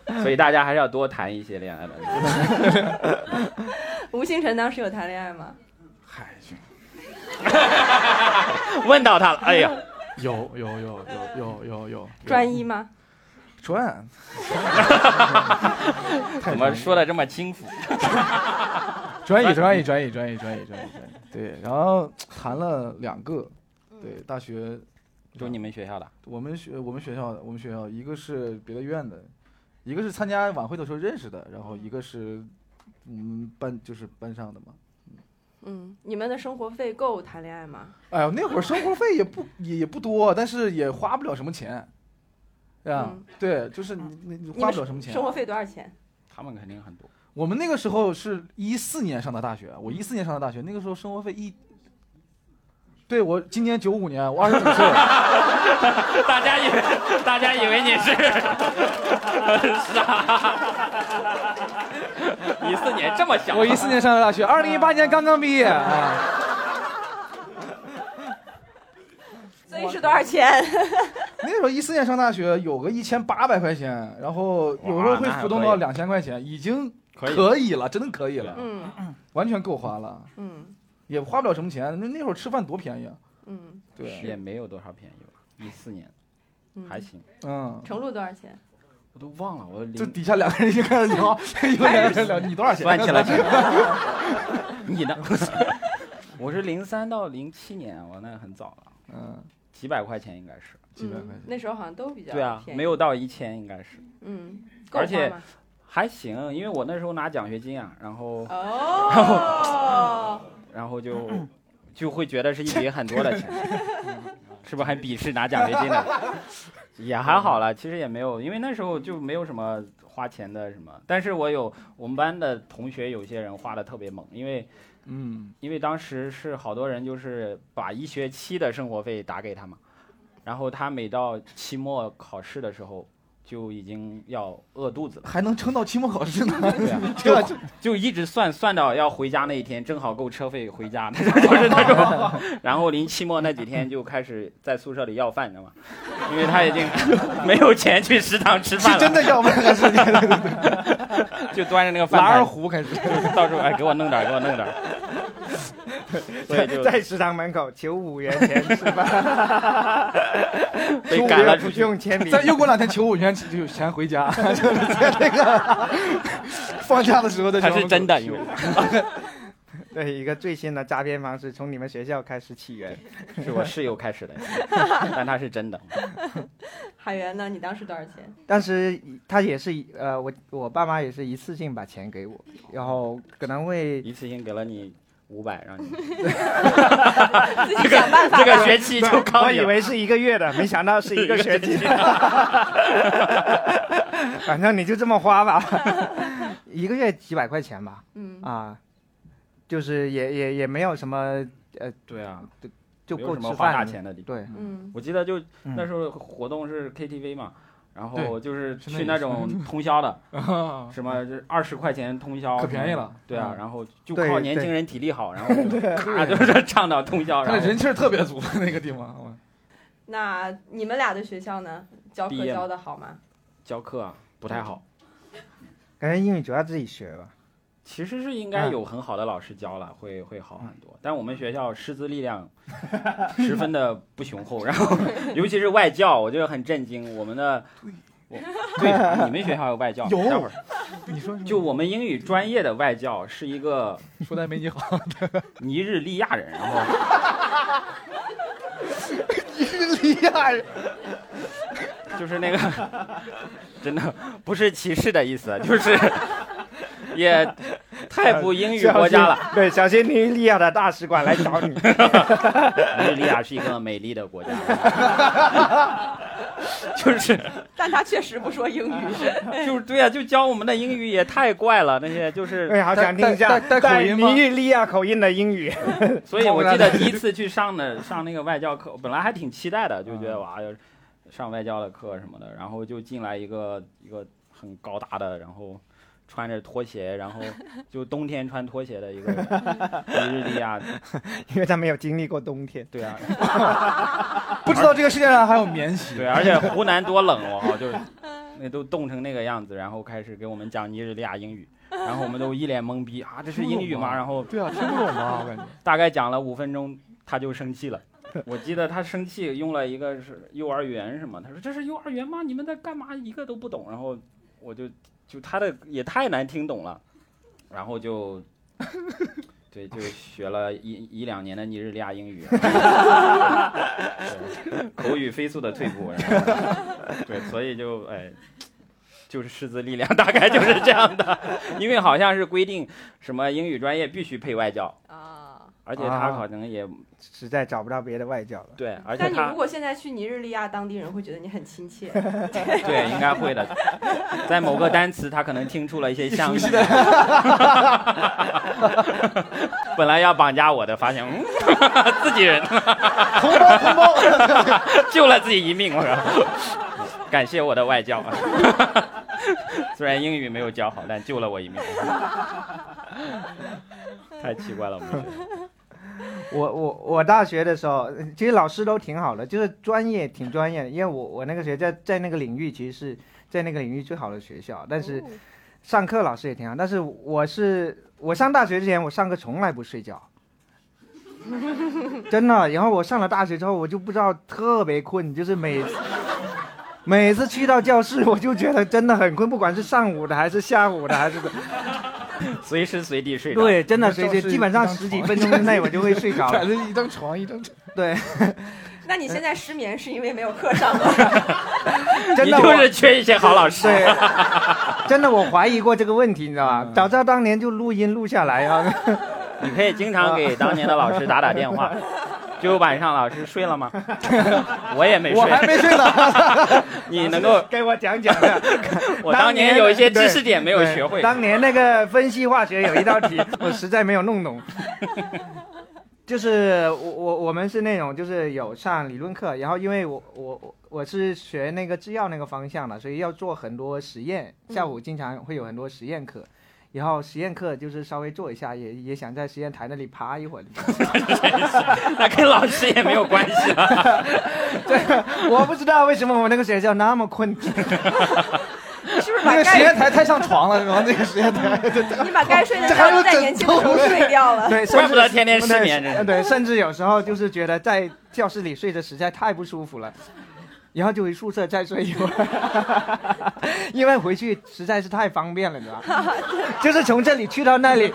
Speaker 2: 然 <laughs> 后，所以大家还是要多谈一些恋爱的，
Speaker 1: 吴星辰当时有谈恋爱吗？
Speaker 3: 嗨，
Speaker 2: <laughs>
Speaker 3: 行
Speaker 2: 问到他了，哎呀，
Speaker 3: 有有有有有有有
Speaker 1: 专一吗？
Speaker 2: <laughs>
Speaker 3: 专，
Speaker 2: 怎么说的这么轻浮？
Speaker 3: 转移转移转移转移转移转移转移，对，然后谈了两个，对，大学
Speaker 2: 就你们学校的，
Speaker 3: 我们学我们学校的我们学校一个是别的院的，一个是参加晚会的时候认识的，然后一个是我们班就是班上的嘛。
Speaker 1: 嗯，你们的生活费够谈恋爱吗？
Speaker 3: 哎呦，那会儿生活费
Speaker 1: <laughs>
Speaker 3: 也不也也不多，但是也花不了什么钱，对吧？
Speaker 1: 嗯
Speaker 3: 对，就是你你你
Speaker 1: 你
Speaker 3: 花
Speaker 1: 们
Speaker 3: 不了什么钱。
Speaker 1: 生活费多少钱？
Speaker 2: 他们肯定很多，
Speaker 3: 我们那个时候是一四年上的大学，我一四年上的大学，那个时候生活费一，对我今年九五年，我二十五岁。
Speaker 1: <laughs>
Speaker 2: 大家以为大家以为你是傻，一四年这么小，
Speaker 3: 我一四年上的大
Speaker 1: <laughs>
Speaker 3: 学，二零一八年刚刚毕业。啊、
Speaker 1: 所以是多少钱？
Speaker 3: 那时候一四年上大学，有个一千八百块钱，然后有时候会浮动到两千块钱，已经
Speaker 2: 可以
Speaker 3: 可以了，真的可以了，
Speaker 1: 嗯
Speaker 3: 完全够花了，
Speaker 1: 嗯
Speaker 3: 也花不了什么钱。那那会儿吃饭多便宜啊！
Speaker 1: 嗯
Speaker 2: 也
Speaker 3: 对，
Speaker 2: 没有多少便宜吧，一四年
Speaker 1: 嗯，
Speaker 2: 还行，
Speaker 3: 嗯，
Speaker 1: 程璐多少钱？
Speaker 2: 我都忘了我
Speaker 3: 这
Speaker 2: 零
Speaker 3: 底下两个人就开始 <laughs> 聊，一个人聊你多少钱？
Speaker 2: 算起来是，你呢？我是零三到零七年，我那很早了，
Speaker 3: 嗯，
Speaker 2: 几百块钱应该是，
Speaker 3: 几百块
Speaker 1: 嗯
Speaker 3: 钱。
Speaker 1: 那时候好像都比较
Speaker 2: 对啊，
Speaker 1: 便宜
Speaker 2: 没有到一千应该是，
Speaker 1: 嗯，够
Speaker 2: 而且
Speaker 1: 花吗
Speaker 2: 还行，因为我那时候拿奖学金啊，然后
Speaker 1: 哦，
Speaker 2: 然后就就会觉得是一笔很多的钱，是不是很鄙视拿奖学金的？也还好啦，其实也没有，因为那时候就没有什么花钱的什么。但是我有我们班的同学，有些人花的特别猛，因为
Speaker 3: 嗯，
Speaker 2: 因为当时是好多人就是把一学期的生活费打给他嘛，然后他每到期末考试的时候就已经要饿肚子了，
Speaker 3: 还能撑到期末考试呢，
Speaker 2: 对
Speaker 3: <laughs>
Speaker 2: 啊，
Speaker 3: 这这
Speaker 2: 就一直算算到要回家那一天，正好够车费回家，那种
Speaker 4: <laughs>
Speaker 2: 就是那种。然后临期末那几天就开始在宿舍里要饭，你知道吗？因为他已经 <laughs> 没有钱去食堂吃饭了，
Speaker 3: 是真的要卖还是
Speaker 2: 就端着那个饭
Speaker 3: 拉二
Speaker 2: 盘，
Speaker 3: 胡开始？
Speaker 2: 就是到处哎给我弄点儿，给我弄点儿。
Speaker 4: <laughs>
Speaker 2: 所以就
Speaker 4: 在食堂门口求五元钱吃 <laughs> 饭，
Speaker 2: 被赶了
Speaker 4: 出
Speaker 2: 出
Speaker 4: 去
Speaker 2: 去。
Speaker 4: 用铅笔。
Speaker 3: 再又过两天求五元就有钱回家，就是在那个 <laughs> 放假的时候的时
Speaker 2: 他
Speaker 3: 候
Speaker 2: 是真的，因为
Speaker 4: <laughs> 对一个最新的诈骗方式，从你们学校开始起源。
Speaker 2: 是我室友开始的， <laughs> 但他是真的。
Speaker 1: 海源呢？你当时多少钱？
Speaker 4: 当时他也是一呃，我我爸妈也是一次性把钱给我，然后可能会
Speaker 2: 一次性给了你五百，
Speaker 1: <laughs>
Speaker 2: 让你
Speaker 1: 自己想办法
Speaker 2: 这个
Speaker 1: 吧。
Speaker 2: 学期就靠 <laughs>
Speaker 4: 我
Speaker 2: 你
Speaker 4: 以
Speaker 2: 了。
Speaker 4: 为是一个月的，没想到是一个学期。 <laughs> 反正你就这么花吧， <laughs> 一个月几百块钱吧，
Speaker 1: 嗯，
Speaker 4: 啊，就是也也也没有什么
Speaker 2: 对啊，
Speaker 4: 就
Speaker 2: 没有
Speaker 4: 够
Speaker 2: 什么
Speaker 4: 吃
Speaker 2: 花
Speaker 4: 饭
Speaker 2: 大
Speaker 4: 了
Speaker 2: 钱的地方。
Speaker 4: 对，
Speaker 1: 嗯
Speaker 2: 我记得就
Speaker 4: 嗯
Speaker 2: 那时候活动是 KTV 嘛，然后
Speaker 3: 对
Speaker 2: 就是
Speaker 3: 现在
Speaker 2: 去
Speaker 3: 也
Speaker 2: 那
Speaker 3: 是 <laughs>
Speaker 2: 种通宵的，
Speaker 3: 啊
Speaker 2: 什么就是二十块钱通宵，
Speaker 3: 可便宜。了，
Speaker 2: 对啊，
Speaker 4: 嗯
Speaker 2: 然后就
Speaker 4: 对
Speaker 2: 靠年轻人体力好，
Speaker 4: <laughs>
Speaker 2: 然后咔就是唱到通
Speaker 3: <laughs>
Speaker 2: 宵，
Speaker 3: 他
Speaker 2: 然
Speaker 3: 的人
Speaker 2: 后
Speaker 3: 气儿特别足，那个地方。
Speaker 1: 那你们俩的学校呢？教
Speaker 2: 毕
Speaker 1: 课
Speaker 2: 业
Speaker 1: 教的好吗？
Speaker 2: 教课啊不太
Speaker 3: 嗯
Speaker 2: 好。
Speaker 4: 感觉英语主要自己学吧。
Speaker 2: 其实是应该
Speaker 4: 嗯
Speaker 2: 有很好的老师教了，会会好
Speaker 3: 嗯
Speaker 2: 很多。但我们学校师资力
Speaker 3: <laughs>
Speaker 2: 量十分的不雄厚，然后尤其是外教，我就很震惊。我们的我对你们学校有外教？
Speaker 3: 有
Speaker 2: 待会儿
Speaker 3: <laughs> 你说什么
Speaker 2: 就我们英语专业的外教是一个
Speaker 3: 说的没 <laughs> 你好，
Speaker 2: 尼日利亚人，然后
Speaker 3: 利亚人
Speaker 2: 就是那个，真的不是歧视的意思，就是也太不英语国家了。
Speaker 4: 小心， <laughs> 对，小心尼日利亚的大使馆来找你。
Speaker 2: 尼日利亚是一个美丽的国家，就是
Speaker 1: 但他确实不说英语。
Speaker 2: <laughs> 就是对啊，就教我们的英语也太怪了，那些
Speaker 4: <laughs>
Speaker 2: 就是，
Speaker 4: 哎对，好想听一下
Speaker 3: 带带带口音吗
Speaker 4: 带尼日利亚口音的英语。
Speaker 2: 所以我记得第一次去上的上那个外教课，本来还挺期待的，就觉得哇，要上外教的课什么的，然后就进来一个一个很高大的，然后穿着拖鞋，然后就冬天穿拖鞋的一个 <laughs> 一日利亚，
Speaker 4: 因为他没有经历过冬天。
Speaker 2: 对啊，
Speaker 3: 不知道这个世界上还有棉鞋。
Speaker 2: 对，而且湖南多冷，我靠，就是那都冻成那个样子，然后开始给我们讲尼日利亚英语，然后我们都一脸懵逼啊，这是英语吗？然后
Speaker 3: 对啊，听不懂吧？我感觉。
Speaker 2: 大概讲了五分钟，他就生气了。我记得他生气用了一个是幼儿园什么，他说这是幼儿园吗？你们在干嘛？一个都不懂。然后我就就他的也太难听懂了，然后就对就学了一一两年的尼日利亚英语， <laughs> 对口语飞速的退步。然后对，所以就哎。就是师资力量大概就是这样的， <laughs> 因为好像是规定什么英语专业必须配外教，
Speaker 1: 啊。
Speaker 2: 而且他
Speaker 4: 啊
Speaker 2: 可能也
Speaker 4: 实在找不到别的外教了。
Speaker 2: 对，而且
Speaker 1: 但你
Speaker 2: 他
Speaker 1: 如果现在去尼日利亚，当地人会觉得你很亲切。
Speaker 2: 对应该会的， <laughs> 在某个单词他可能听出了一些相似。本来要绑架我的，发现嗯，自己人
Speaker 4: 红包红包，
Speaker 3: <laughs>
Speaker 2: 救了自己一命，我说感谢我的外教， <laughs> 虽然英语没有教好，但救了我一命，太奇怪了，我们
Speaker 4: 我我我大学的时候，其实老师都挺好的，就是专业挺专业的，因为我我那个学在在那个领域其实是在那个领域最好的学校，但是上课老师也挺好，但是我是我上大学之前，我上课从来不睡觉，真的。然后我上了大学之后，我就不知道特别困，就是每每次去到教室，我就觉得真的很困，不管是上午的还是下午的还是
Speaker 2: 随时随地睡着。
Speaker 4: 对，真的
Speaker 3: 教
Speaker 4: 随
Speaker 3: 室
Speaker 4: 时基本上
Speaker 3: 一张
Speaker 4: 十几
Speaker 3: 床
Speaker 4: 分钟之内我就
Speaker 3: <laughs>
Speaker 4: 会睡着了
Speaker 3: 反。正一张床一张床。
Speaker 4: 对，
Speaker 1: 那你现在失眠是因为没有课上吗？
Speaker 4: 真的
Speaker 2: 你
Speaker 4: 我
Speaker 2: 就是缺一些好老师。
Speaker 4: 对，真的我怀疑过这个问题，你知道
Speaker 2: 嗯
Speaker 4: 吧？早知道当年就录音录下来啊。
Speaker 2: <laughs> 你可以经常给当年的老师打打电
Speaker 3: <laughs>
Speaker 2: 话，就晚上老师睡了吗？我也没
Speaker 3: 我还
Speaker 2: 睡，
Speaker 3: 没
Speaker 2: <laughs>
Speaker 3: 睡呢。
Speaker 2: 你能
Speaker 4: <laughs>
Speaker 2: 够，
Speaker 4: 给我讲讲的，
Speaker 2: <laughs> 我当年有一些知识点没有
Speaker 4: 对
Speaker 2: 学会。
Speaker 4: 当年那个分析化学有一
Speaker 2: <laughs>
Speaker 4: 道题，我实在没有弄懂。就是我我我们是那种就是有上理论课，然后因为我我我我是学那个制药那个方向的，所以要做很多实验，下午经常会有很多实验课，然后实验课就是稍微做一下，也也想在实验台那里趴一会儿。
Speaker 2: 那跟老师也没有关系啊
Speaker 3: <laughs>
Speaker 2: 了。
Speaker 4: <laughs> 我不知道为什么我那个学校那么
Speaker 2: <laughs>
Speaker 4: 困，
Speaker 1: 是不是
Speaker 3: 那
Speaker 1: 把
Speaker 3: 个实验
Speaker 1: 该
Speaker 3: 台太上床了，然后那个实
Speaker 2: <laughs>
Speaker 3: 验台，
Speaker 1: 你把该睡的
Speaker 3: 这还
Speaker 1: 觉
Speaker 3: 有
Speaker 1: 都在
Speaker 3: 枕
Speaker 1: 年轻的时候
Speaker 3: 头
Speaker 1: 睡掉了？
Speaker 4: 对，
Speaker 2: 怪
Speaker 4: 甚
Speaker 2: 不
Speaker 4: 至
Speaker 2: 得天天失眠真是
Speaker 3: 呃
Speaker 4: 对对，甚至有时候就是觉得在教室里睡着实在太不舒服了，然后就回宿舍再睡一会儿， <laughs> 因为回去实在是太方便了，你知道
Speaker 2: <laughs>
Speaker 4: 吗？就是从这里去到那里，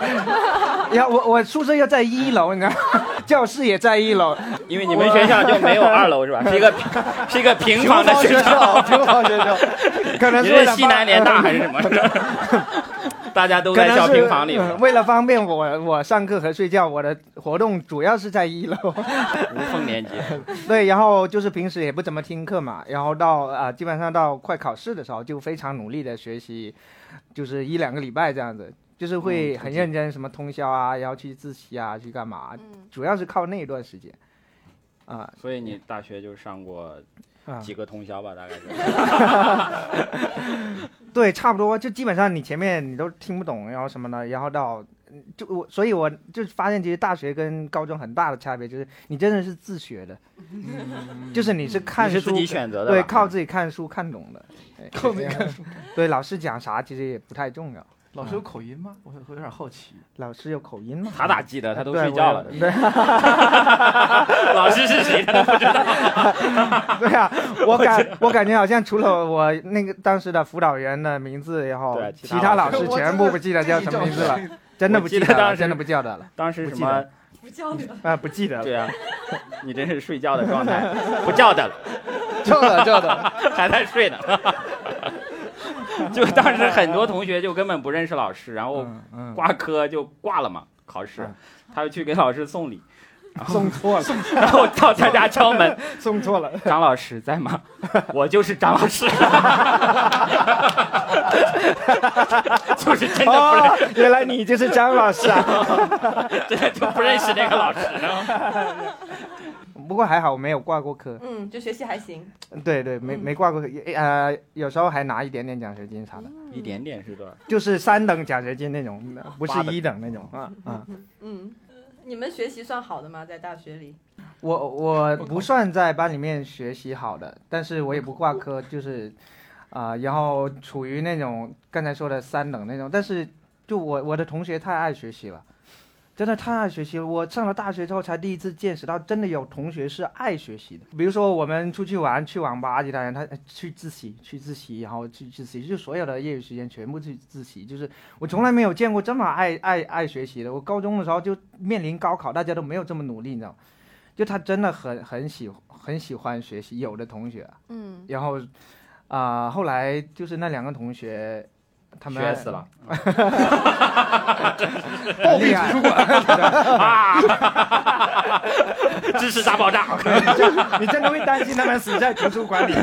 Speaker 4: 然后我我宿舍又在一楼，你知道吗，教室也在一楼，
Speaker 2: 因为你们学校就没有二楼是吧？是一个平是一个平
Speaker 3: 平
Speaker 2: 房的
Speaker 3: 房学校，
Speaker 2: 校。
Speaker 3: 平房学校。
Speaker 4: 可能
Speaker 2: 你
Speaker 4: 是
Speaker 2: 是
Speaker 4: 为了
Speaker 2: 西南联大
Speaker 4: 帮
Speaker 2: 还是什
Speaker 3: <laughs>
Speaker 2: 么？大家都
Speaker 4: 可
Speaker 2: 在
Speaker 4: 能
Speaker 2: 小
Speaker 4: 是
Speaker 2: 平房里，
Speaker 4: 呃为了方便我我上课和睡觉，我的活动主要是在一楼。 <laughs>
Speaker 3: 呃
Speaker 2: 无缝连接。
Speaker 4: 对，然后就是平时也不怎么听课嘛，然后到啊、基本上到快考试的时候就非常努力的学习，就是一两个礼拜这样子，就是会
Speaker 2: 嗯
Speaker 4: 很认真，什么通宵啊，然后去自习啊，去干嘛，
Speaker 1: 嗯
Speaker 4: 主要是靠那一段时间。啊、
Speaker 2: 所以你大学就上过
Speaker 4: 啊
Speaker 2: 几个通宵吧，大概是。
Speaker 4: 对，差不多，就基本上你前面你都听不懂，然后什么的，然后到嗯就我，所以我就发现，其实大学跟高中很大的差别就是，你真的是自学的，就是你是看
Speaker 2: 嗯你是
Speaker 4: 书
Speaker 2: 自己选择的吧，
Speaker 4: 对，靠自己看书看懂的，对
Speaker 3: 靠自己。
Speaker 4: 是这样对，老师讲啥其实也不太重要。
Speaker 3: 老师有口音吗？我我有点好奇。
Speaker 4: 老师有口音吗？
Speaker 2: 他咋记得？他都
Speaker 4: 对
Speaker 2: 睡觉
Speaker 4: 我
Speaker 2: 了。
Speaker 4: 也对
Speaker 2: <laughs> 老师是谁？他都不知道。
Speaker 4: 对
Speaker 2: <laughs>
Speaker 4: 啊，我感我感觉好像除了我那个当时的辅导员的名字，然后
Speaker 2: 对
Speaker 4: 其
Speaker 2: 其他
Speaker 4: 他
Speaker 2: 老
Speaker 4: 老
Speaker 2: 师
Speaker 4: 师全部不记得叫什么名字了，真的不记
Speaker 2: 我记得
Speaker 4: 了，
Speaker 2: 当时
Speaker 4: 真的不叫
Speaker 2: <laughs>
Speaker 4: 得了，
Speaker 2: <laughs> 当时
Speaker 4: 不
Speaker 2: 什
Speaker 4: 记
Speaker 2: 么
Speaker 4: 得？
Speaker 1: 不叫你了。
Speaker 4: 啊，不记得了。
Speaker 2: 对啊，你这是睡觉的状态， <laughs> 不叫的了，
Speaker 3: 叫的叫的，
Speaker 2: 还在睡呢。 <laughs> 就当时很多同学就根本不认识老师，然后
Speaker 3: 嗯嗯，
Speaker 2: 挂科就挂了嘛，考试
Speaker 3: 嗯，
Speaker 2: 他就去给老师送礼，
Speaker 4: 送错了，
Speaker 2: <laughs> 然后到他家敲门， <laughs>
Speaker 4: 送错了。
Speaker 2: 张老师在吗？ <laughs> 我就是张老 <laughs> 师，就是真的
Speaker 4: <laughs>
Speaker 2: 不认 <laughs>
Speaker 4: 哦，原来你就是张老师啊！
Speaker 2: <laughs> 真的就不认识那个老师。
Speaker 4: <laughs> 不过还好没有挂过科。
Speaker 1: 嗯，就学习还行，
Speaker 4: 对对，没没挂过科，也呃，有时候还拿一点点奖学金啥的，
Speaker 2: 一点点是多少？
Speaker 4: 就是三等奖学金那种，不是一嗯等那种啊啊。
Speaker 1: 嗯，你们学习算好的吗？在大学里？
Speaker 4: 我我不算在班里面学习好的，但是我也不挂科，就是，啊、然后处于那种刚才说的三等那种，但是就我我的同学太爱学习了，真的太爱学习了。我上了大学之后才第一次见识到，真的有同学是爱学习的。比如说我们出去玩，去网吧，其他人他呃去自习，去自习，然后去自习，就所有的业余时间全部去自习，就是我从来没有见过这么爱爱爱学习的。我高中的时候就面临高考，大家都没有这么努力，你知道吗？就他真的很很喜很喜欢学习，有的同学，
Speaker 1: 嗯，
Speaker 4: 然后啊、后来就是那两个同学，他们
Speaker 2: 学死了，
Speaker 4: 暴力图书
Speaker 2: <laughs> 知啊识大爆炸。
Speaker 4: 馆，你真的会担心他们死在图书馆里。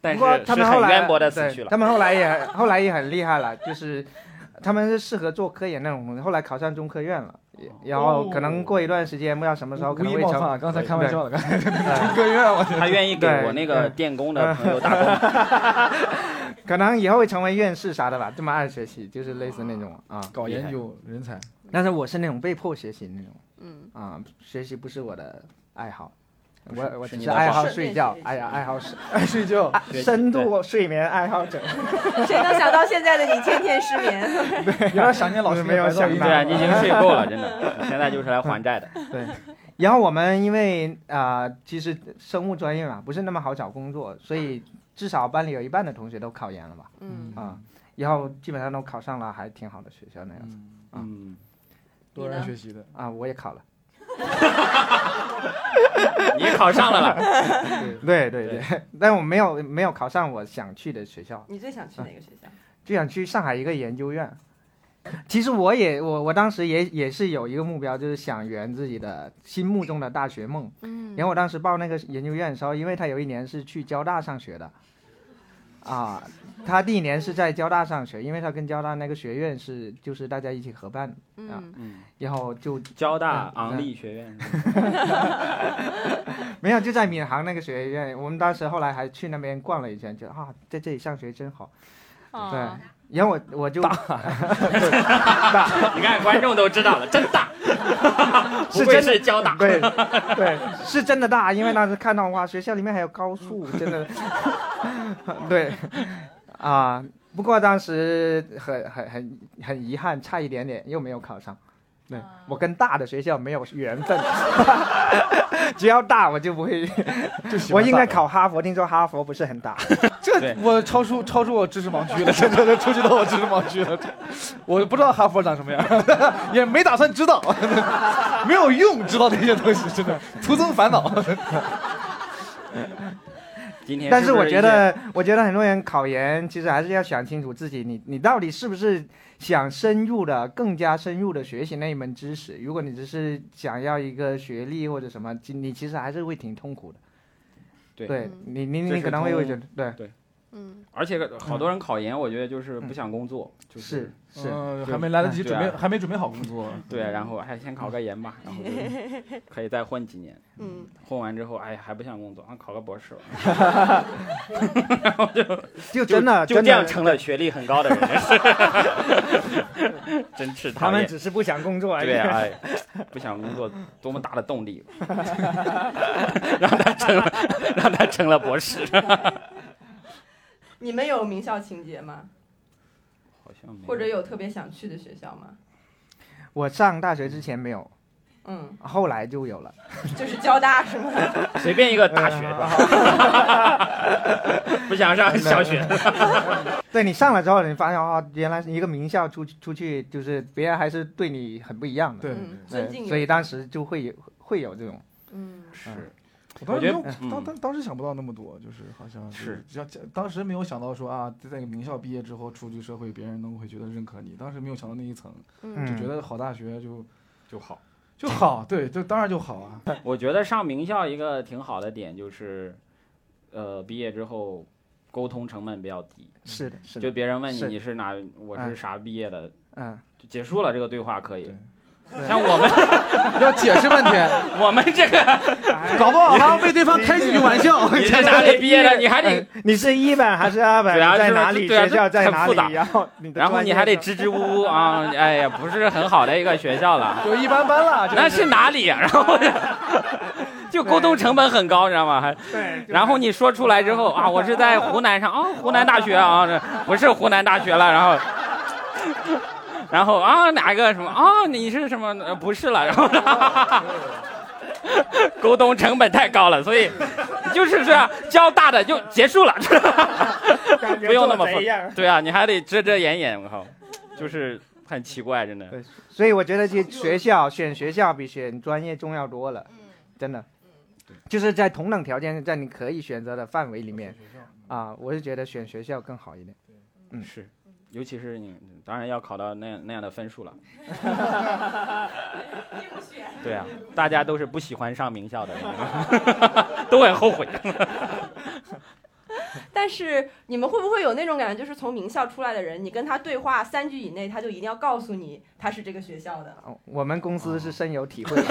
Speaker 2: 但
Speaker 4: 不过
Speaker 2: 是
Speaker 4: 他
Speaker 2: 是
Speaker 4: 们后
Speaker 2: 很
Speaker 4: 来
Speaker 2: 渊博的死
Speaker 4: 对
Speaker 2: 去了
Speaker 4: 他。们后来也后来也很厉害了，就是他们是适合做科研那种东西，后来考上中科院了，也然
Speaker 2: 哦
Speaker 4: 后可能过一段时间，不知道什么时候可
Speaker 3: 无
Speaker 4: 能
Speaker 3: 意
Speaker 4: 会
Speaker 3: 冒
Speaker 4: 成。
Speaker 3: 犯，刚才开玩笑的，刚才
Speaker 4: 呃
Speaker 3: 中科院，我
Speaker 2: 他愿意给我那个电工的朋友打工，
Speaker 4: 可能以后会成为院士啥的吧，这么爱学习，就是类似那种啊，
Speaker 2: 哦
Speaker 3: 搞
Speaker 4: 厉
Speaker 3: 研
Speaker 4: 害。
Speaker 3: 究人才，
Speaker 4: 但是我是那种被迫学习那种
Speaker 1: 嗯，
Speaker 4: 啊，学习不是我的爱好，
Speaker 2: 是
Speaker 4: 我我
Speaker 2: 是
Speaker 4: 只
Speaker 2: 你
Speaker 4: 是
Speaker 2: 的
Speaker 4: 爱
Speaker 2: 话
Speaker 4: 好睡觉
Speaker 1: 顺，便
Speaker 4: 爱
Speaker 1: 学习
Speaker 4: 爱好是
Speaker 3: 爱睡觉，
Speaker 2: 学习
Speaker 4: 深度睡眠爱好者。
Speaker 1: 谁能想到现在的你天天失眠？
Speaker 3: 有点想念老师
Speaker 4: 没有想
Speaker 2: 对
Speaker 4: 到
Speaker 2: 啊，你已经睡够了，真的，现在就是来还债的。
Speaker 4: 对，然后我们因为啊、呃其实生物专业嘛，不是那么好找工作，所以至少班里有一半的同学都考研了吧，
Speaker 1: 嗯，
Speaker 4: 啊、然后基本上都考上了，还挺好的学校那样子
Speaker 3: 嗯，
Speaker 2: 嗯，
Speaker 3: 多
Speaker 1: 你
Speaker 3: 人
Speaker 1: 呢
Speaker 3: 学习的，
Speaker 4: 啊、我也考了，
Speaker 2: 嗯你考上了了，
Speaker 4: 对对对， <laughs> 但我没有没有考上我想去的学校，
Speaker 1: 你最想去哪个学校？
Speaker 4: 就想去上海一个研究院。其实我也我我当时也也是有一个目标，就是想圆自己的心目中的大学梦。
Speaker 1: 嗯
Speaker 4: 然后我当时报那个研究院的时候，因为他有一年是去交大上学的，啊，他第一年是在交大上学，因为他跟交大那个学院是就是大家一起合办，
Speaker 1: 嗯
Speaker 2: 嗯，
Speaker 4: 然后就
Speaker 2: 交大昂立学院是吧
Speaker 4: 没有就在闵行那个学院，我们当时后来还去那边逛了一圈，觉得啊在这里上学真好，对
Speaker 1: 啊，。
Speaker 4: 然后我我就
Speaker 2: 你看观众都知道了，真 <laughs> 大，不
Speaker 4: 是
Speaker 2: 愧
Speaker 4: 真的
Speaker 2: 是交大。
Speaker 4: <laughs> 对对，是真的大，因为当时看到哇，学校里面还有高速，真的， <laughs> 对啊。不过当时很很很很遗憾，差一点点又没有考上。对我跟大的学校没有缘分， <laughs> 只要大我就不会。
Speaker 3: 就喜
Speaker 4: 我
Speaker 3: 欢
Speaker 4: 应该
Speaker 3: 大人
Speaker 4: 考哈佛，听说哈佛不是很大。
Speaker 2: 对
Speaker 3: 我超出超出我知识盲区了，这这这出去到我知识盲区了，这我不知道哈佛长什么样，也没打算知道， <laughs> 没有用，知道这些东西真的徒增烦恼。
Speaker 2: 今天
Speaker 4: 但是
Speaker 2: 不
Speaker 4: 我
Speaker 2: 一
Speaker 4: 觉
Speaker 2: 些
Speaker 4: 得，我觉得很多人考研其实还是要想清楚自己，你你到底是不是想深入的、更加深入的学习那一门知识。如果你只是想要一个学历或者什么，其你其实还是会挺痛苦的。
Speaker 2: 对
Speaker 1: 嗯
Speaker 4: 你，你
Speaker 2: 这
Speaker 4: 你
Speaker 2: 是
Speaker 4: 可能会
Speaker 2: 从
Speaker 4: 会觉得，对，
Speaker 1: 嗯，
Speaker 2: 而且好多人考研，我觉得就是不想工作，嗯就是
Speaker 4: 是是，
Speaker 3: 嗯
Speaker 4: 对
Speaker 3: 还没来得及准备，
Speaker 2: 对啊
Speaker 3: 还没准备好工作。
Speaker 2: 对，啊然后还先考个研吧，然后 <laughs> 就可以再混几年，
Speaker 1: 嗯，
Speaker 2: 混完之后，哎，还不想工作，啊，考个博士吧，
Speaker 4: 就 <laughs> 真的
Speaker 2: 就
Speaker 4: 真
Speaker 2: 这样
Speaker 4: 的，
Speaker 2: 成了学历很高的人， <laughs> 真是
Speaker 4: 他
Speaker 2: 讨 <laughs>
Speaker 4: 们
Speaker 2: 厌。
Speaker 4: 只是不想工作而已
Speaker 2: 对，。哎，不想工作，多么大的动力， <laughs> 让他成了， <laughs> 让他成了博士，
Speaker 1: 你们有名校情节吗？
Speaker 2: 好像没
Speaker 1: 或者有特别想去的学校吗？
Speaker 4: 我上大学之前没有，
Speaker 1: 嗯，
Speaker 4: 后来就有了。
Speaker 1: 就是交大是吗？
Speaker 2: 随便一个大学
Speaker 4: 嗯
Speaker 2: 吧，不想上小学，
Speaker 4: 对你上了之后，你发现哦，原来是一个名校出出去，就是别人还是对你很不一样的。
Speaker 3: 对，
Speaker 1: 嗯，
Speaker 4: 对
Speaker 1: 尊敬有。
Speaker 4: 所以当时就会有会有这种，
Speaker 1: 嗯
Speaker 2: <laughs> 是
Speaker 3: 我当
Speaker 2: 我
Speaker 3: 时
Speaker 2: 觉
Speaker 3: 没
Speaker 2: 得
Speaker 3: 有
Speaker 2: 嗯
Speaker 3: 当当当时想不到那么多，就是好像
Speaker 2: 是
Speaker 3: 只要当时没有想到说啊，在名校毕业之后出去社会，别人能会觉得认可你，当时没有想到那一层，
Speaker 1: 嗯
Speaker 3: 就觉得好大学就
Speaker 2: 就好。
Speaker 3: 就好，对，就当然就好
Speaker 2: <laughs>
Speaker 3: 啊。
Speaker 2: 我觉得上名校一个挺好的点就是，呃，毕业之后沟通成本比较低，
Speaker 4: 是的，是的，
Speaker 2: 就别人问你
Speaker 4: 是
Speaker 2: 你是哪，我是啥毕业的，
Speaker 4: 嗯，
Speaker 2: 就结束了这个对话可以
Speaker 3: 对。
Speaker 2: 像我们 <laughs>
Speaker 3: 要解释半天，
Speaker 2: 我们这个，
Speaker 3: 搞不好还要为对方开几句玩笑。
Speaker 2: <laughs> 你在哪里毕业哎的？你还得，
Speaker 4: 哎你是一本还是二本？
Speaker 2: 对啊
Speaker 4: 你在
Speaker 2: 是吧
Speaker 4: 哪里？
Speaker 2: 对啊
Speaker 4: 学校
Speaker 2: 这
Speaker 4: 在
Speaker 2: 很
Speaker 4: 哪
Speaker 2: 复杂
Speaker 4: 里？然后你的
Speaker 2: 然后
Speaker 4: 专
Speaker 2: 你
Speaker 4: 业
Speaker 2: 还得
Speaker 4: 是
Speaker 2: 支支吾吾啊，哎呀，不是很
Speaker 4: <laughs>
Speaker 2: 好的一个学校了。
Speaker 3: 就一般般了。
Speaker 2: 那是哪里呀、然后就沟通成本很高，你知道吗？还
Speaker 4: 对，就
Speaker 2: 然后你说出来之后啊，我是在湖南上啊、湖南大学啊，这不是湖南大学了，然后，然后啊，哪个什么啊，你是什么？呃不是了，然后， <laughs> 沟通成本太高了，所以就是是啊，交大的就结束了，
Speaker 4: 感觉
Speaker 2: 不用那么
Speaker 4: 做贼
Speaker 2: 复
Speaker 4: 一样
Speaker 2: <laughs> 对啊，你还得遮遮掩掩，我靠，就是很奇怪，真的。
Speaker 4: 对，所以我觉得，其实学校选学校比选专业重要多了，真的，就是在同等条件，在你可以选择的范围里面，啊，我是觉得选学校更好一点。嗯
Speaker 2: 是，尤其是你，当然要考到那样那样的分数了。对啊，大家都是不喜欢上名校的 <laughs> 人，都很后悔。
Speaker 1: 但是你们会不会有那种感觉，就是从名校出来的人，你跟他对话三句以内，他就一定要告诉你他是这个学校 <laughs> 的？
Speaker 4: 哦我们公司是深有体会的，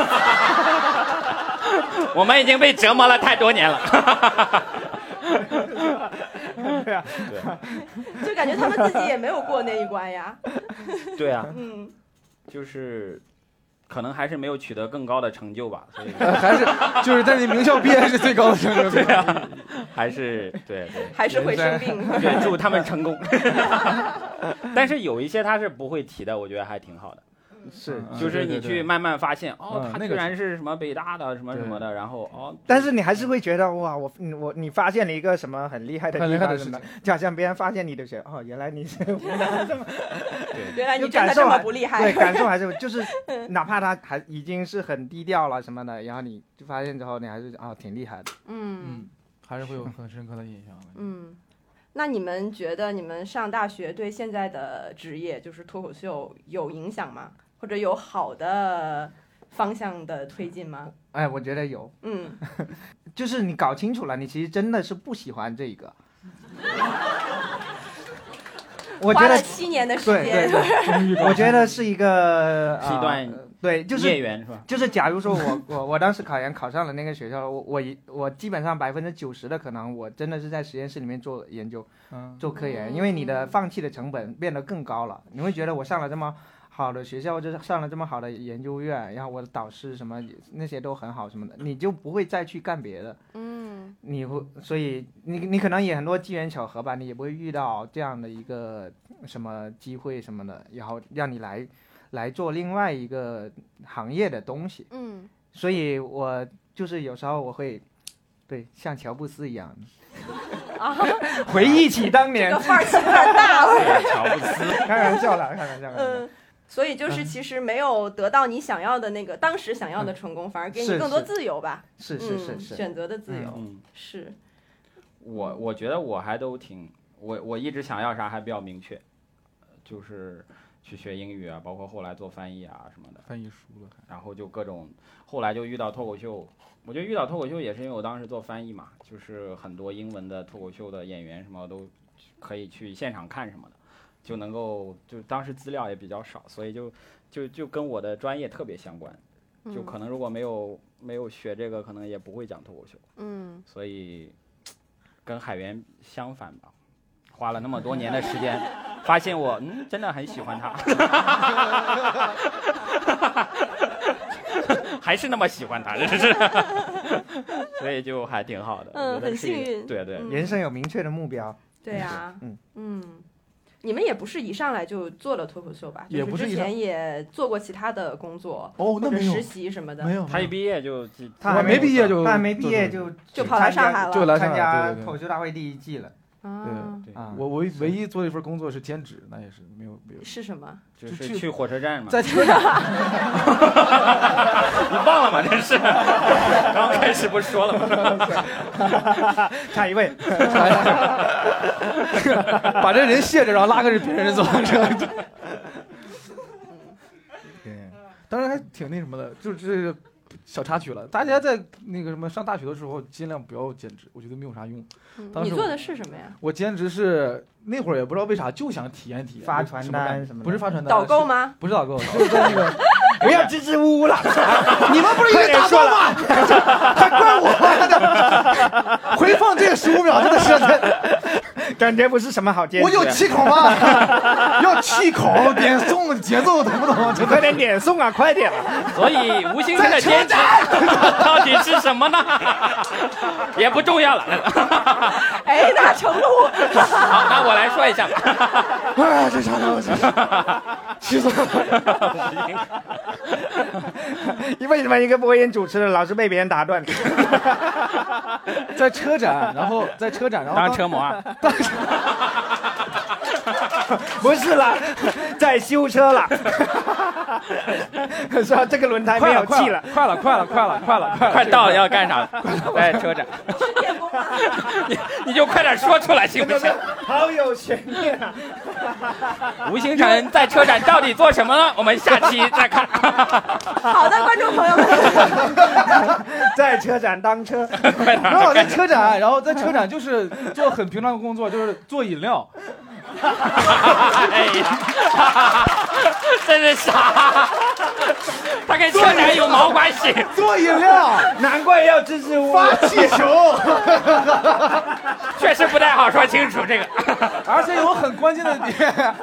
Speaker 2: 我们已经被折磨了太多年了。
Speaker 4: 对啊，
Speaker 1: 就感觉他们自己也没有过那一关呀。
Speaker 2: 对啊，
Speaker 1: 嗯，
Speaker 2: 就是可能还是没有取得更高的成就吧，所以
Speaker 3: <laughs> 还是就是在你名校毕业是最高的成就。对啊，
Speaker 2: 还是对 <laughs> 对。
Speaker 1: 还是会生病。
Speaker 4: <laughs>
Speaker 2: 对，祝他们成功。 <laughs> 但是有一些他是不会提的，我觉得还挺好的。
Speaker 4: 是。
Speaker 2: 就是你去慢慢发现，哦
Speaker 3: 嗯，
Speaker 2: 他
Speaker 3: 那
Speaker 2: 居
Speaker 3: 个
Speaker 2: 然是什么北大的什么什么的，然后哦，
Speaker 4: 但是你还是会觉得哇，我嗯我你发现了一个什么很厉害的
Speaker 3: 很厉
Speaker 4: 地
Speaker 3: 害
Speaker 4: 方
Speaker 3: 的
Speaker 4: 什
Speaker 3: 事
Speaker 4: 么，就好像别人发现你的时候，哦，原来你
Speaker 1: <laughs>
Speaker 4: 是
Speaker 1: 原来你
Speaker 4: 就
Speaker 1: 真
Speaker 4: 感
Speaker 1: 的
Speaker 4: 受
Speaker 1: 这么
Speaker 4: 还
Speaker 1: 不厉害
Speaker 4: 对，感
Speaker 1: <laughs>
Speaker 4: 受还是就是，哪怕他还已经是很低调了什么的，然后你就发现之后，你还是啊、挺厉害的。
Speaker 1: 嗯
Speaker 3: 嗯，还是会有很深刻的印象。
Speaker 1: 嗯。那你们觉得你们上大学对现在的职业，就是脱口秀有影响吗？或者有好的方向的推进吗？
Speaker 4: 哎，我觉得有，
Speaker 1: 嗯，
Speaker 4: 就是你搞清楚了，你其实真的是不喜欢这个。我觉
Speaker 1: 花了
Speaker 4: 得，
Speaker 1: 七年的时
Speaker 4: 对
Speaker 1: 间
Speaker 4: 对，对，我觉得是
Speaker 1: <laughs>
Speaker 4: 一个、
Speaker 2: 是一
Speaker 4: 呃
Speaker 2: 段
Speaker 4: 对，就
Speaker 2: 孽
Speaker 4: 是
Speaker 2: 缘是吧？
Speaker 4: 就是，假如说我我我当时考研考上了那个学校，我我一我基本上百分之九十的可能，我真的是在实验室里面做研究
Speaker 3: 嗯，
Speaker 4: 做科研，因为你的放弃的成本变得更高了，你会觉得我上了这么。好的学校就是上了这么好的研究院，然后我的导师什么那些都很好什么的，你就不会再去干别的。
Speaker 1: 嗯
Speaker 4: 你会，所以你你可能也很多机缘巧合吧，你也不会遇到这样的一个什么机会什么的，然后让你来来做另外一个行业的东西。
Speaker 1: 嗯，
Speaker 4: 所以我就是有时候我会，对，像乔布斯一样，回忆起当
Speaker 1: 这
Speaker 4: 年
Speaker 1: 个，范儿气范儿大
Speaker 4: <laughs> 哎
Speaker 1: 了。
Speaker 2: 乔布斯，
Speaker 4: 开玩笑
Speaker 1: <laughs>
Speaker 4: 啦，开玩笑，开玩笑。
Speaker 1: 嗯，所以就是其实没有得到你想要的那个当时想要的成功，反而给你
Speaker 4: 是
Speaker 1: 更多
Speaker 4: 是
Speaker 1: 自由吧，
Speaker 4: 是是
Speaker 1: 嗯
Speaker 4: 是是，
Speaker 1: 选择的自由
Speaker 2: 嗯，
Speaker 1: 是，
Speaker 2: 我我觉得我还都挺，我我一直想要啥还比较明确，就是去学英语啊，包括后来做翻译啊什么的，
Speaker 3: 翻译书了，
Speaker 2: 然后就各种，后来就遇到脱口秀。我觉得遇到脱口秀也是因为我当时做翻译嘛，就是很多英文的脱口秀的演员什么都可以去现场看什么的，就能够就当时资料也比较少，所以就就就跟我的专业特别相关。
Speaker 1: 嗯
Speaker 2: 就可能如果没有没有学这个，可能也不会讲脱口秀，
Speaker 1: 嗯
Speaker 2: 所以跟海源相反吧，花了那么多年的时间，发现我嗯真的很喜欢他， <laughs> 还是那么喜欢他，真是， <laughs> 所以就还挺好的，
Speaker 1: 嗯
Speaker 2: 我觉得
Speaker 1: 很
Speaker 2: 是一个
Speaker 1: 幸运
Speaker 2: 对对，
Speaker 1: 嗯
Speaker 4: 人生有明确的目标，
Speaker 1: 对啊，
Speaker 4: 嗯
Speaker 1: 嗯。你们也不是一上来就做了脱口秀吧？就
Speaker 3: 也不是
Speaker 1: 之
Speaker 3: 一上
Speaker 1: 前也做过其他的工作
Speaker 3: 哦，
Speaker 1: 或者实习什么的，
Speaker 3: 有
Speaker 2: 他一毕业就就
Speaker 4: 他
Speaker 3: 我
Speaker 4: 还
Speaker 3: 没毕业就
Speaker 4: 他还没毕业就
Speaker 1: 就跑来上海
Speaker 4: 参
Speaker 1: 了。
Speaker 3: 就来上
Speaker 4: 加参
Speaker 3: 海，
Speaker 4: 加
Speaker 3: 对对
Speaker 4: 口
Speaker 3: 对。
Speaker 4: 秀大会第一季了
Speaker 1: 啊，
Speaker 2: 对
Speaker 4: 啊！
Speaker 3: 我我唯一做的一份工作是兼职，那也是没有没有
Speaker 1: 是什么？
Speaker 2: 就
Speaker 3: 就是去
Speaker 2: 去火车站嘛，
Speaker 3: 在 <laughs> 车上
Speaker 2: <laughs> 你忘了吗？真是， <laughs> 刚开始不是说了吗？
Speaker 4: 下一位，
Speaker 3: <laughs> 把这人卸着，然后拉个别人走， <laughs> 这
Speaker 4: 对
Speaker 3: 当然还挺那什么的，就是小插曲了。大家在那个什么上大学的时候，尽量不要兼职，我觉得没有啥用。
Speaker 1: 嗯
Speaker 3: 当
Speaker 1: 你
Speaker 3: 时
Speaker 1: 做
Speaker 3: 我
Speaker 1: 的是什么呀？
Speaker 3: 我兼职是那会儿也不知道为啥，就想体验体验
Speaker 4: 发传单
Speaker 3: 什
Speaker 4: 什么
Speaker 3: 么感觉
Speaker 4: 的
Speaker 3: 不是发传单，
Speaker 1: 导购
Speaker 2: <laughs>
Speaker 3: 是？
Speaker 4: <laughs>
Speaker 1: 吗？
Speaker 3: 不是导购，就是在那个
Speaker 4: 不要支支吾吾了，
Speaker 3: <laughs> 你们不是因为打断吗？ <laughs> 还怪我！ <laughs> 回放这十五秒，真的是，
Speaker 4: 感觉不是什么好坚持。啊
Speaker 3: 我有气口吗？ <laughs> 要气口，点送节奏，懂不懂？
Speaker 4: 快点点送啊，快点！
Speaker 3: <laughs>
Speaker 2: 所以吴昕现在坚持到底是什
Speaker 3: <laughs>
Speaker 2: 么呢？也不重要了。
Speaker 1: 哎，那程度，
Speaker 2: 好，那我来说一下吧。
Speaker 3: 哎，这啥东西？ <laughs> 气死我了！
Speaker 4: 因为什么一个播音主持人老是被别人打断？
Speaker 3: <laughs> 在车展，然后在车展，然后
Speaker 2: <laughs> 当车模啊，
Speaker 4: <laughs> 不是了，在修车了。 <laughs> 说这个轮胎没
Speaker 3: 快
Speaker 4: 有
Speaker 3: 了，
Speaker 4: 气
Speaker 3: 快
Speaker 4: 了
Speaker 3: 了，，快了，快了，快了，快了，快了！
Speaker 2: 快到要干
Speaker 3: <laughs>
Speaker 2: 啥？哎在车展，你你就快点说出来行不行？
Speaker 4: 好有悬念
Speaker 3: <laughs>
Speaker 4: 啊！
Speaker 2: <laughs> 吴星辰在车展到底做
Speaker 1: <laughs>
Speaker 2: 什么呢？我们下期再看。
Speaker 1: 好的，观众朋友们，
Speaker 4: 在车展当车，
Speaker 2: <laughs> 快点
Speaker 1: <laughs>
Speaker 3: 然后我在车展，然后在车展就是做很平常的工作，就是做饮料。
Speaker 2: 哎呀， <laughs> 真
Speaker 1: <laughs>
Speaker 2: 是傻，他跟车展有毛关系？
Speaker 3: 做饮
Speaker 4: <laughs>
Speaker 3: 料，
Speaker 4: 难怪要支支吾吾。
Speaker 3: 发气球，
Speaker 2: 确实不太好说清楚这个。
Speaker 1: <laughs>
Speaker 3: 而且有很关键的 <laughs> 点，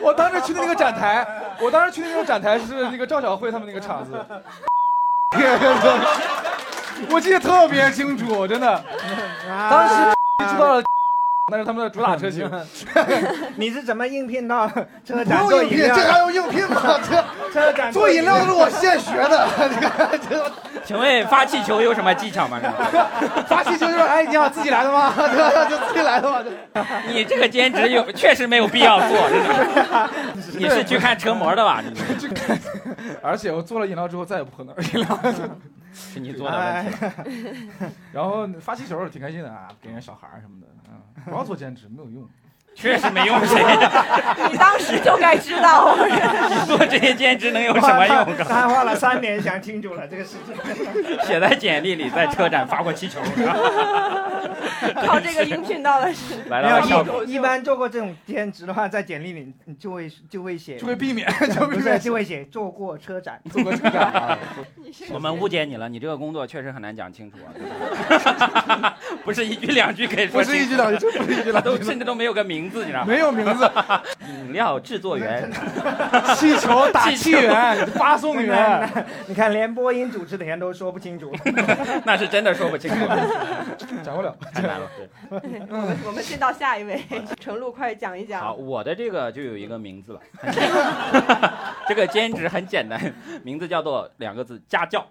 Speaker 3: 我当时去的那个展台，我当时去的那个展台是那个赵小慧他们那个厂子， <laughs> 我记得特别清楚，真的，当时
Speaker 4: 啊
Speaker 3: 知道了，那是他们的主打车型，
Speaker 4: 你是怎么应聘到车
Speaker 5: 不
Speaker 4: 展做
Speaker 5: 用应
Speaker 4: 饮
Speaker 5: 聘，
Speaker 4: 料？
Speaker 5: 这还用应聘吗？这
Speaker 4: 车展
Speaker 5: 做饮料都是我现学的，这个这个
Speaker 3: <laughs>
Speaker 2: 请问发气球有什么技巧吗？
Speaker 1: <laughs>
Speaker 3: 发气球就是哎你好自己来的 <laughs> 吗？
Speaker 5: 这个就自己来的嘛。这
Speaker 2: 你这个兼职有确实没有必要做，
Speaker 1: <laughs>
Speaker 2: 真的。你是去看车模的吧？你
Speaker 3: 而且我做了饮料之后再也不喝那儿饮料了，
Speaker 2: 是你做的问
Speaker 1: 哎
Speaker 2: 题了。
Speaker 3: 然后发气球挺开心的啊，给人家小孩儿什么的，嗯，不要做兼职没有用。
Speaker 2: 确实没用，谁
Speaker 1: 你当时就该知道，
Speaker 2: 你做这些兼职能有
Speaker 4: 有
Speaker 2: 什
Speaker 1: <laughs>
Speaker 2: 么用？ <laughs> 哎
Speaker 4: 他他花了三年想清楚了这个事情。
Speaker 2: 写在简历里，在车展发过气球。 <laughs>
Speaker 1: 靠这个应聘到了是
Speaker 2: 来
Speaker 4: 没
Speaker 2: 到效
Speaker 4: 有
Speaker 2: 果，
Speaker 4: 一一般做过这种兼职的话，在简历里你就会就会写
Speaker 3: 就，会避免， <laughs> 就
Speaker 4: 不
Speaker 3: 避
Speaker 4: 是
Speaker 3: 免
Speaker 4: 就会写做过车展。
Speaker 3: 做个车展啊。
Speaker 2: 我们误解你了，你这个工作确实很难讲清楚啊， <laughs> 不是一句两句可以说
Speaker 3: 不
Speaker 2: 清
Speaker 3: 是
Speaker 2: 楚，
Speaker 3: 一句两句，真不是一句两
Speaker 2: 都
Speaker 3: 句，
Speaker 2: 甚至都没有个名字，你知道吗？
Speaker 3: 没有名字，
Speaker 2: 饮料制作员，
Speaker 3: 气
Speaker 2: <laughs>
Speaker 3: 球打 <laughs> 气员、发送员， <laughs>
Speaker 4: 你看，连播音主持的人都说不清楚。
Speaker 2: 那是真的说不清
Speaker 3: <laughs>
Speaker 2: 楚，
Speaker 3: 讲不了。
Speaker 2: 太难了。对
Speaker 1: <laughs> 我们我们进到下一位，程璐快讲一
Speaker 2: 好，
Speaker 1: 讲。
Speaker 2: 我的这个就有一个名字了， <laughs> 这个兼职很简单，名字叫做两个字家教，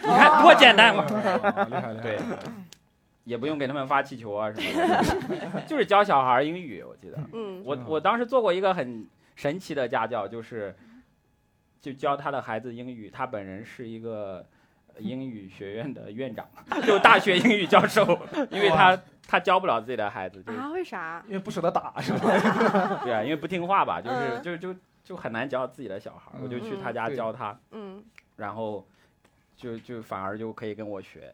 Speaker 2: 你看多简单
Speaker 3: 哦
Speaker 2: 嘛。
Speaker 3: <laughs> 厉害厉害！
Speaker 2: 对，也不用给他们发气球啊什么的，就是教小孩英语。我记得
Speaker 1: 嗯，
Speaker 2: 我
Speaker 3: 嗯
Speaker 2: 我当时做过一个很神奇的家教，就是就教他的孩子英语，他本人是一个呃英语学院的院长， <laughs> 就大学英语教授，因为他他教不了自己的孩子，就是
Speaker 1: 啊，为啥？
Speaker 3: 因为不舍得打是吧？
Speaker 2: 对啊，因为不听话吧，就是
Speaker 1: 嗯
Speaker 2: 就就就很难教自己的小孩儿，我就去他
Speaker 1: 嗯
Speaker 2: 家
Speaker 3: 对
Speaker 2: 教他，
Speaker 1: 嗯，
Speaker 2: 然后就就反而就可以跟我学。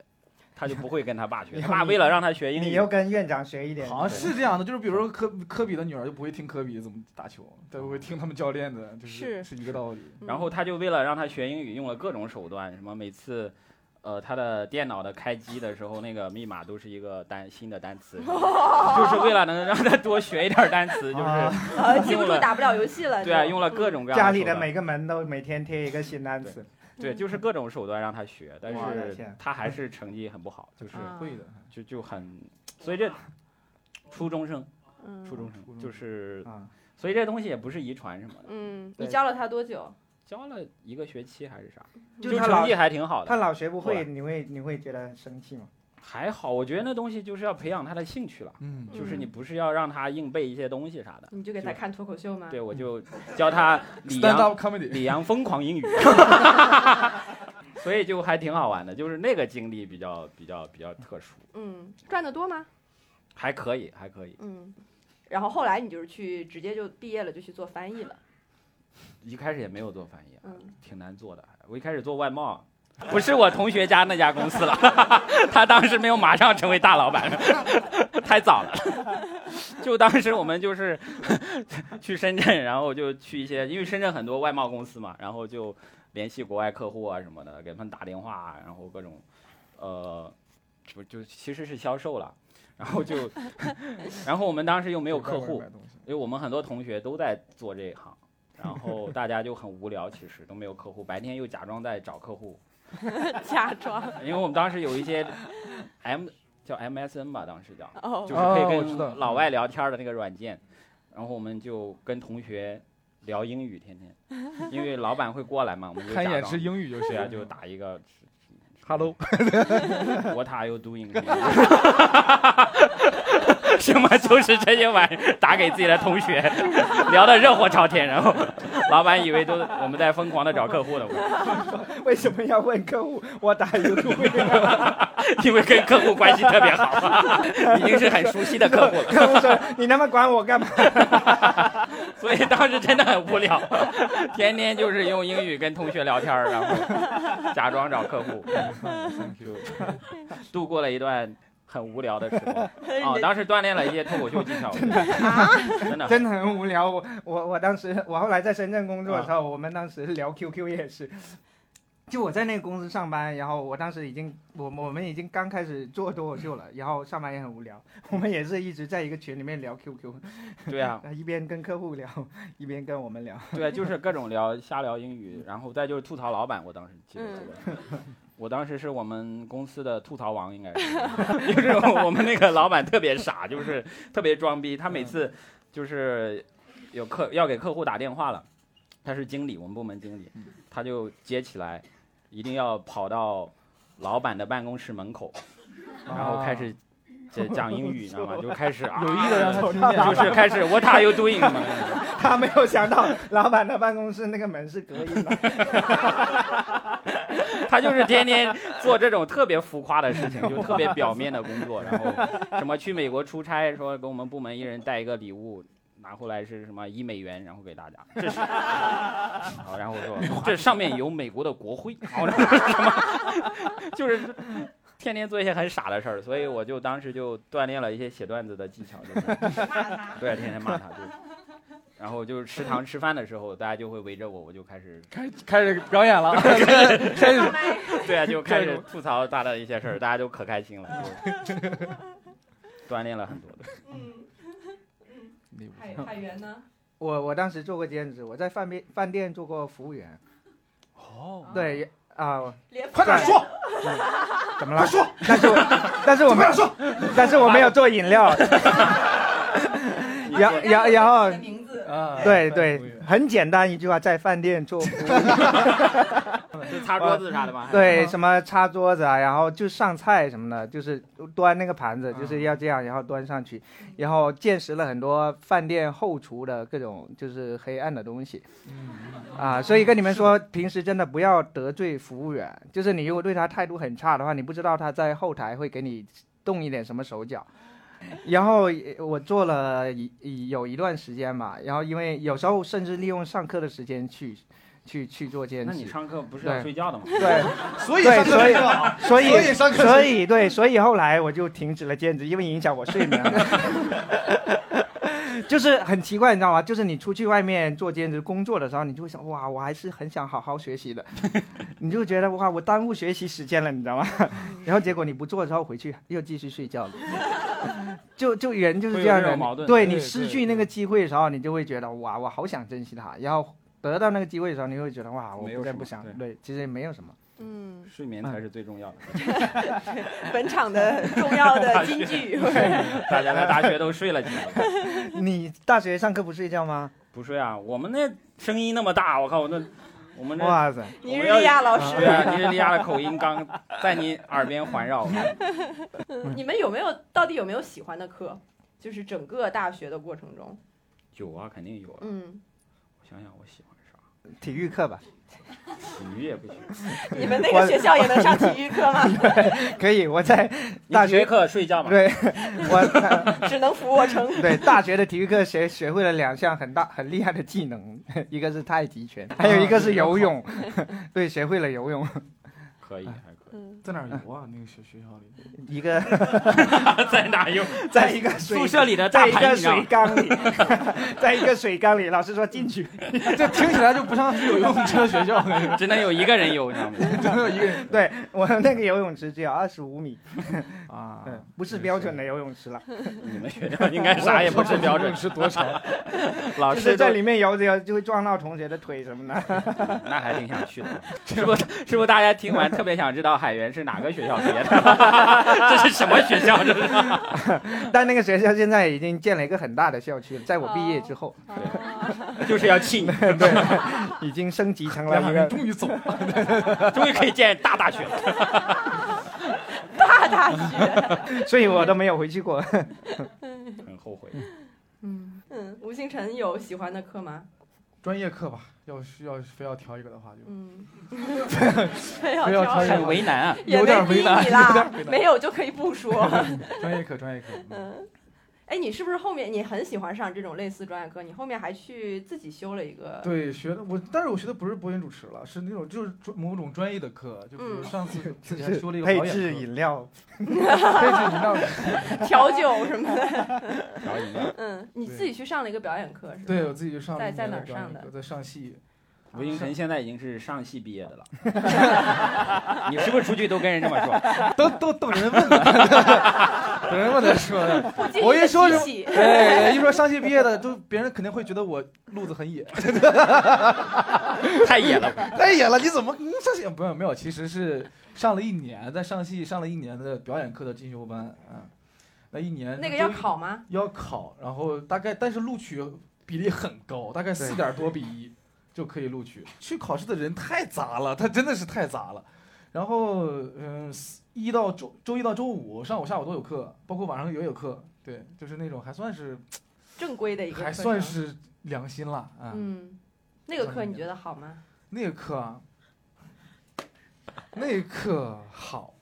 Speaker 2: 他就不会跟他爸学，他爸为了让他学英
Speaker 4: 你
Speaker 2: 语，
Speaker 4: 又跟院长学一点，
Speaker 3: 好像是这样的，就是比如说科科比的女儿就不会听科比怎么打球，但会听他们教练的，就是
Speaker 1: 是
Speaker 3: 是一个道理。
Speaker 1: 嗯
Speaker 2: 然后他就为了让他学英语，用了各种手段，什么每次，呃，他的电脑的开机的时候，那个密码都是一个单新的单词，就是为了能让他多学一点单词，就是
Speaker 1: 呃，记不住打不了游戏了。
Speaker 2: 对啊，用了各种各样
Speaker 4: 啊家里
Speaker 2: 的
Speaker 4: 的
Speaker 2: 手段
Speaker 4: 每个门都每天贴一个新单词。
Speaker 1: 嗯
Speaker 2: 对，就是各种手段让他学，但
Speaker 4: 我的
Speaker 2: 是
Speaker 4: 天
Speaker 2: 他还是成绩很不好，就是
Speaker 1: 啊
Speaker 3: 会的，
Speaker 2: 就就
Speaker 4: <laughs>
Speaker 2: 很，所以这初中生，
Speaker 1: 嗯
Speaker 2: 初中生就是，
Speaker 4: 啊，
Speaker 2: 所以这东西也不是遗传什么的，
Speaker 1: 嗯，
Speaker 4: 对
Speaker 1: 你教了他多久？
Speaker 2: 教了一个学期还是啥，
Speaker 4: 就是他
Speaker 2: 成
Speaker 4: 老
Speaker 2: 绩还挺好的
Speaker 4: 他，老学不
Speaker 2: 后来
Speaker 4: 会，你会你会觉得生气吗？
Speaker 2: 还好，我觉得那东西就是要培养他的兴趣了。
Speaker 3: 嗯，
Speaker 2: 就是你不是要让他硬背一些东西啥的。
Speaker 1: 你就给他看脱口秀吗？
Speaker 2: 对，我就教他李阳
Speaker 3: stand up comedy，
Speaker 2: 李阳疯狂英语，所以就还挺好玩的，就是那个经历比较比较比较特殊，
Speaker 1: 嗯，赚的多吗？
Speaker 2: 还可以还可以，
Speaker 1: 嗯，然后后来你就是去直接就毕业了，就去做翻译了。
Speaker 2: 一开始也没有做翻译，啊
Speaker 1: 嗯，
Speaker 2: 挺难做的，我一开始做外贸。不是我同学家那家公司了， <laughs> 他当时没有马上成为大老板， <laughs> 太早了。 <laughs> 就当时我们就是 <laughs> 去深圳，然后就去一些，因为深圳很多外贸公司嘛，然后就联系国外客户啊什么的，给他们打电话，啊然后各种，呃，就就其实是销售了，然后就， <laughs> 然后我们当时又没有客户，因为我们很多同学都在做这一行，然后大家就很无聊，其实都没有客户，白天又假装在找客户，
Speaker 1: <laughs> 假装 <laughs>
Speaker 2: 因为我们当时有一些 M 叫 MSN 吧，当时叫，
Speaker 1: 哦
Speaker 2: 就是可
Speaker 3: 哦
Speaker 2: 以
Speaker 3: 我知道
Speaker 2: 跟老外聊天的那个软件，然后我们就跟同学聊英语，天天，因为老板会过来嘛，我们就
Speaker 3: 看一
Speaker 2: 假
Speaker 3: 眼
Speaker 2: 装
Speaker 3: 是英语就
Speaker 2: 对
Speaker 3: 行
Speaker 2: 啊，就打一 <laughs> 个 <laughs>
Speaker 3: Hello，
Speaker 2: What are you doing？什么就是这些玩意儿，打给自己的同学，聊得热火朝天，然后老板以为都我们在疯狂的找客户呢， <laughs>
Speaker 4: 为什么要问客户我打 y o <laughs> u
Speaker 2: 因为跟客户关系特别好，已经是很熟悉的客户了，
Speaker 4: 客户说你那么管我干嘛？
Speaker 2: 所以当时真的很无聊，天天就是用英语跟同学聊天儿，然后假装找客户，就度过了一段很无聊的时光。哦，当时锻炼了一些脱口秀技巧，真的，真的，
Speaker 4: <laughs> 真的啊很无聊。我我我当时我后来在深圳工作的时候，我们当时聊 QQ 也是。就我在那个公司上班，然后我当时已经，我我们已经刚开始做脱口秀了，然后上班也很无聊，我们也是一直在一个群里面聊 QQ，
Speaker 2: <laughs> 对啊，
Speaker 4: 一边跟客户聊，一边跟我们聊。 <laughs>
Speaker 2: 对啊，就是各种聊，瞎聊英语，然后再就是吐槽老板。我当时记得这个， <laughs> 我当时是我们公司的吐槽王，应该是， <laughs> 就是我们那个老板特别傻，就是特别装逼。他每次就是有客要给客户打电话了，他是经理，我们部门经理，他就接起来，一定要跑到老板的办公室门口，然后开始讲讲英语，你知道吗？就开始啊，
Speaker 3: 啊有意的让他听
Speaker 2: 就
Speaker 3: 见，
Speaker 2: 是开始 What are you doing？嘛 <laughs>
Speaker 4: 他没有想到老板的办公室那个门是隔音的， <laughs>
Speaker 2: 他就是天天做这种特别浮夸的事情，就特别表面的工作，然后什么去美国出差，说给我们部门一人带一个礼物，拿回来是什么一美元，然后给大家，这是，好，然后说这上面有美国的国徽，然后什么， <laughs> 就是天天做一些很傻的事儿，所以我就当时就锻炼了一些写段子的技巧，就是对，天天骂他，就是。然后就是食堂吃饭的时候，大家就会围着我，我就开始
Speaker 3: 开开始表演 <laughs> 了，开始开始
Speaker 4: <laughs>
Speaker 2: 对啊，就开始吐槽他的一些事儿，大家都可开心了，就 <laughs> 锻炼了很多的。
Speaker 1: 嗯 <laughs> 海海源呢？
Speaker 4: 我我当时做过兼职，我在饭店饭店做过服务员。哦，对啊、
Speaker 1: 脸
Speaker 5: 快点说，
Speaker 4: 怎么了？说，但是我但是我没有说，但是我没有做饮料。然然
Speaker 1: <laughs>
Speaker 4: 然后，
Speaker 1: 名字
Speaker 3: 啊，
Speaker 4: 对对，很简单一句话，在饭店做服务，
Speaker 2: <laughs> 就擦桌子啥的吗？
Speaker 4: 对什么擦桌子啊，然后就上菜什么的，就是端那个盘子，就是要这样，然后端上去，然后见识了很多饭店后厨的各种就是黑暗的东西。
Speaker 3: 嗯
Speaker 4: 啊，所以跟你们
Speaker 2: 嗯
Speaker 4: 说，平时真的不要得罪服务员，就是你如果对他态度很差的话，你不知道他在后台会给你动一点什么手脚。
Speaker 2: 嗯
Speaker 4: 然后呃我做了一一有一段时间嘛，然后因为有时候甚至利用上课的时间去去去做兼
Speaker 2: 那
Speaker 4: 职
Speaker 2: 你。上课不是要睡觉的吗？
Speaker 4: 对，
Speaker 5: 所以上
Speaker 4: 对
Speaker 5: 课
Speaker 4: 所以
Speaker 5: 就
Speaker 2: <laughs>
Speaker 5: 好
Speaker 4: 所以
Speaker 5: 所以上课
Speaker 4: 所以对，所以后来我就停止了兼职，因为影响我睡眠了。
Speaker 2: <laughs>
Speaker 4: 就是很奇怪，你知道吗？就是你出去外面做兼职工作的时候，你就会想，哇，我还是很想好好学习
Speaker 2: <laughs>
Speaker 4: 的，你就觉得哇，我耽误学习时间了，你知道吗？
Speaker 2: 嗯
Speaker 4: 然后结果你不做之后回去又继续睡觉了，就就人就是这样
Speaker 2: 会有这
Speaker 4: 的
Speaker 2: 种矛盾
Speaker 4: 对
Speaker 3: 对
Speaker 4: 你
Speaker 3: 对
Speaker 4: 失去那个机会的时候，你就会觉得哇，我好想珍惜它，然后得到那个机会的时候，你会觉得哇，我
Speaker 2: 没有
Speaker 4: 不再
Speaker 2: 什么
Speaker 4: 不想
Speaker 2: 对
Speaker 4: 对，其实也没有什么。
Speaker 1: 嗯，
Speaker 2: 睡眠才是最重
Speaker 4: <laughs>
Speaker 2: 要的。
Speaker 1: 本场 <laughs> 的重要的金
Speaker 2: <laughs>
Speaker 1: 句，
Speaker 2: 大家在大学都睡了几个？
Speaker 4: 你大学上课不睡觉吗？
Speaker 2: 不睡啊？我们那声音那么大，我靠，我那我们那。
Speaker 4: 哇塞，
Speaker 1: 尼日利亚老
Speaker 2: 对
Speaker 1: 师，
Speaker 2: 啊，尼日利亚的口音刚在你耳边环绕， <laughs>
Speaker 1: 嗯你们有没有到底有没有喜欢的课？就是整个大学的过程中，
Speaker 2: 有啊，肯定有啊。
Speaker 1: 嗯，
Speaker 2: 我想想，我喜欢啥？
Speaker 4: 体育课吧，
Speaker 2: 体育也不行。
Speaker 1: 你们那个学校也能上体育课吗？ <laughs>
Speaker 4: 可以。我在
Speaker 2: 你
Speaker 4: 大
Speaker 2: 体育
Speaker 4: 学，
Speaker 2: 课睡觉嘛？
Speaker 4: 对 <laughs> 我
Speaker 1: 只能服我成。
Speaker 4: 对大学的体育课学学会了两项很大很厉害的技能， <laughs> 一啊 <laughs> 个是太极拳，还有一个是游泳。对，学会了游泳。
Speaker 2: 可以，还可
Speaker 1: 嗯
Speaker 3: 在哪儿游啊？那个学学校里， <laughs>
Speaker 4: 一个
Speaker 2: 在哪用？
Speaker 4: <laughs> 在一个
Speaker 2: <laughs>
Speaker 4: 水
Speaker 2: 宿舍里的大
Speaker 4: <laughs> 在一
Speaker 2: 排
Speaker 4: 个
Speaker 2: 你知道
Speaker 4: 水啊
Speaker 2: 吗
Speaker 4: 缸里， <laughs> 在一个水缸里，老师说进去， <laughs>
Speaker 3: 这听起来就不像是有游泳池的学校，
Speaker 2: <laughs> 只能有一个人有，你知道吗？
Speaker 3: 只有一个人
Speaker 4: 对 <laughs> 我那个游泳池只有二十五米，
Speaker 3: 啊
Speaker 4: 对，不是标准的游泳池了，
Speaker 2: 你们学校应该啥也不是标
Speaker 3: <laughs>
Speaker 2: 准，
Speaker 3: 是多少？
Speaker 2: 老
Speaker 4: 就
Speaker 2: 师
Speaker 4: 啊是在
Speaker 2: 都
Speaker 4: 里面游着游就会撞到同学的腿什么的。
Speaker 2: 那还挺想去
Speaker 3: <laughs>
Speaker 2: 的。是不是？是不是大家听完特别想知道海源是哪个学校毕
Speaker 3: <laughs>
Speaker 2: 业的？这是什么学校？这是
Speaker 4: <laughs> 但那个学校现在已经建了一个很大的校区了，在我毕业之
Speaker 1: 哦
Speaker 4: 后，
Speaker 2: 就是要气你，
Speaker 4: 对，已经升级成了
Speaker 3: 两
Speaker 4: 一
Speaker 3: 人
Speaker 4: 个
Speaker 3: 终于走了，
Speaker 2: 终于可以建大大学
Speaker 3: <laughs>
Speaker 2: 了。
Speaker 1: 大大学，
Speaker 4: 所以我都没有回去
Speaker 3: <laughs>
Speaker 4: 过。
Speaker 2: 很后悔。
Speaker 1: 嗯嗯，吴星辰有喜欢的课吗？
Speaker 5: 专业课吧，要是要非要挑一个的话，就
Speaker 1: <laughs>
Speaker 3: <laughs>
Speaker 1: 嗯，非
Speaker 3: 非要挑一
Speaker 1: 挑
Speaker 3: 个
Speaker 2: 很为难啊，
Speaker 1: 也
Speaker 3: 有点
Speaker 1: 没逼
Speaker 3: 为难
Speaker 1: 你
Speaker 3: 有
Speaker 1: 啦
Speaker 3: 点为，难
Speaker 1: 没有就可以不
Speaker 3: <laughs>
Speaker 1: 说。
Speaker 3: 专业课，专业课。
Speaker 1: 嗯，哎，你是不是后面你很喜欢上这种类似专业课？你后面还去自己修了一个？
Speaker 5: 对学
Speaker 3: 学的我，但是我学的不是播音主持了，是那种就是专某种专业的课，就比如
Speaker 1: 嗯
Speaker 3: 上 <laughs> 次自己还
Speaker 4: 是
Speaker 3: 修了一个
Speaker 4: 配
Speaker 3: 表演
Speaker 4: 置
Speaker 3: 课
Speaker 4: 饮料， <laughs>
Speaker 3: 配置饮料，
Speaker 1: <laughs> 调酒什
Speaker 3: <laughs>
Speaker 1: 么的。
Speaker 2: 然后一个
Speaker 1: 嗯，你自己去上了一个表演课是吧？
Speaker 3: 对我自己就上
Speaker 1: 在在
Speaker 3: 那
Speaker 1: 哪儿
Speaker 3: 个表
Speaker 1: 上
Speaker 3: 演
Speaker 1: 的
Speaker 3: 课，在上戏，
Speaker 2: 吴星辰现在已经是上戏毕业的了，你是不是出去都跟人这么说？
Speaker 3: 都都等人问的， <laughs> 等人问的说的。
Speaker 1: 不经意地
Speaker 3: 我一说
Speaker 1: 提
Speaker 3: 就 <laughs>
Speaker 1: 起
Speaker 3: 哎，一说上戏毕业的，就别人肯定会觉得我路子很野，
Speaker 2: 太野了吧，
Speaker 3: 太野了，你怎么嗯上戏？没有没有，其实是上了一年，在上戏上了一年的表演课的进修班，嗯，那一年
Speaker 1: 那个
Speaker 3: 就
Speaker 1: 要考吗？
Speaker 3: 要考，然后大概但是录取比例很高，大概四点多比一就可以录取。去考试的人太杂了，他真的是太杂了。然后嗯，四一到周周一到周五上午下午都有课，包括晚上也有课。对，就是那种还算是
Speaker 1: 正规的一个课程
Speaker 3: 还算是良心了啊、
Speaker 1: 嗯，那个课你觉得好吗？
Speaker 3: 那个课啊，那个课好。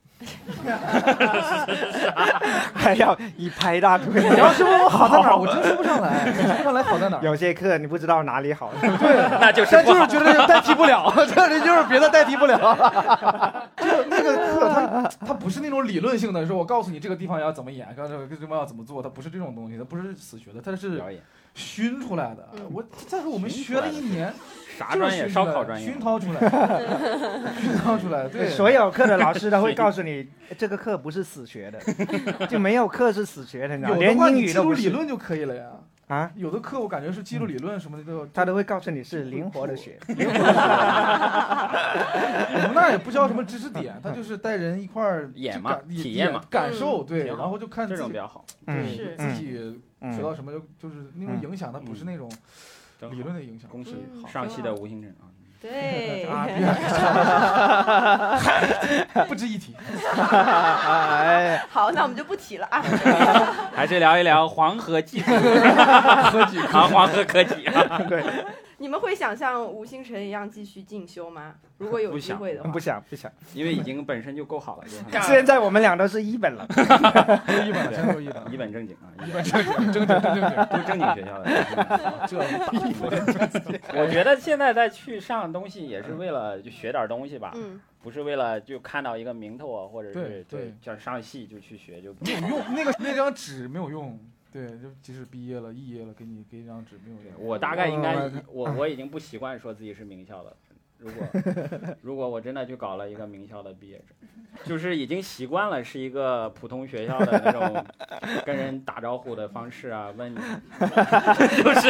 Speaker 4: 还要以拍大腿。
Speaker 3: <laughs> 你要是问我好在啊哪儿，我真说不上来，说不上来好在哪儿。
Speaker 4: <laughs> 有些课你不知道哪里好，
Speaker 2: 那就是
Speaker 3: 但
Speaker 2: 不
Speaker 3: 就是
Speaker 2: 好。
Speaker 3: 觉得代替不了，
Speaker 2: <laughs>
Speaker 3: 这里就是别的代替不了。就那个课，它它不是那种理论性的，说我告诉你这个地方要怎么演，刚才这个地方要怎么做，它不是这种东西，它不是死学的，它是
Speaker 2: 表演
Speaker 3: 熏出来的
Speaker 1: 嗯。
Speaker 3: 我再说我们
Speaker 2: 熏
Speaker 3: 学
Speaker 2: 出来
Speaker 3: 了一年，
Speaker 2: 啥
Speaker 3: 就
Speaker 2: 专业？
Speaker 3: 是熏
Speaker 2: 烧
Speaker 3: 出来
Speaker 2: 烤
Speaker 3: 的
Speaker 2: 专业
Speaker 3: 熏。陶出来的，熏陶出来的。 <laughs> 对，
Speaker 4: 所
Speaker 3: 以
Speaker 4: 有课的老师都会告诉你，这个课不是死
Speaker 3: <laughs>
Speaker 4: 学的，就没有课是死学的，你知道
Speaker 3: 有
Speaker 4: 吗，
Speaker 3: 的
Speaker 4: 连
Speaker 3: 话
Speaker 4: 英
Speaker 3: 你
Speaker 4: 语
Speaker 3: 记
Speaker 4: 都
Speaker 3: 录
Speaker 4: 不
Speaker 3: 理
Speaker 4: 是
Speaker 3: 论就可以了呀。
Speaker 4: 啊，嗯
Speaker 3: 有的课我感觉是记录理论什么的都，
Speaker 4: 他都会告诉你是灵活的学。
Speaker 3: 我们那儿也不教什么知识点，他就是带人一块儿
Speaker 2: <laughs> 演
Speaker 3: 就
Speaker 2: 嘛
Speaker 3: 感
Speaker 2: 体验嘛，
Speaker 3: 感受对，
Speaker 2: 挺好
Speaker 3: 然后就看
Speaker 2: 这
Speaker 3: 自
Speaker 2: 种比
Speaker 3: 己
Speaker 2: 较好，
Speaker 4: 嗯
Speaker 1: 是
Speaker 3: 自己学到
Speaker 4: 嗯，
Speaker 3: 什么就就是那种影响，它不是那种
Speaker 2: 真好
Speaker 3: 理论的影响。
Speaker 2: 恭喜
Speaker 1: 嗯好
Speaker 2: 上戏的吴星辰啊！
Speaker 1: 对，
Speaker 3: <laughs> 啊，不值一提。
Speaker 4: 哎，
Speaker 1: <laughs> 好，那我们就不提了啊。
Speaker 2: 还是聊一聊黄河技术，啊，黄河科技啊，
Speaker 1: 你们会想像吴星辰一样继续进修吗？如果有
Speaker 2: 不
Speaker 1: 机
Speaker 2: 想
Speaker 1: 会的话，
Speaker 4: 不想不想，
Speaker 2: 因为已经本身就够好了，就很
Speaker 4: 现在我们俩都是一本了， <laughs>
Speaker 3: 都一本，真都一本，
Speaker 2: 一本正经啊，
Speaker 3: 一本正经，正经正经正
Speaker 2: 都正经学校的。
Speaker 3: 经，这
Speaker 2: <laughs> 我觉得现在再去上东西也是为了就学点东西吧，
Speaker 1: 嗯，
Speaker 2: 不是为了就看到一个名头啊，或者是
Speaker 3: 对
Speaker 2: 对
Speaker 3: 对
Speaker 2: 像上戏就去学就。
Speaker 3: 没 <laughs> 有用，那个那张纸没有用。对，就即使毕业了、肄业了，给你给一张纸没有用。
Speaker 2: 我大概应该
Speaker 3: 哦
Speaker 4: 嗯
Speaker 2: 我我已经不习惯说自己是名校了。如
Speaker 3: <laughs>
Speaker 2: 果如果我真的去搞了一个名校的毕业证，就是已经习惯了是一个普通学校的那种跟人打招呼的方式啊，问你，就是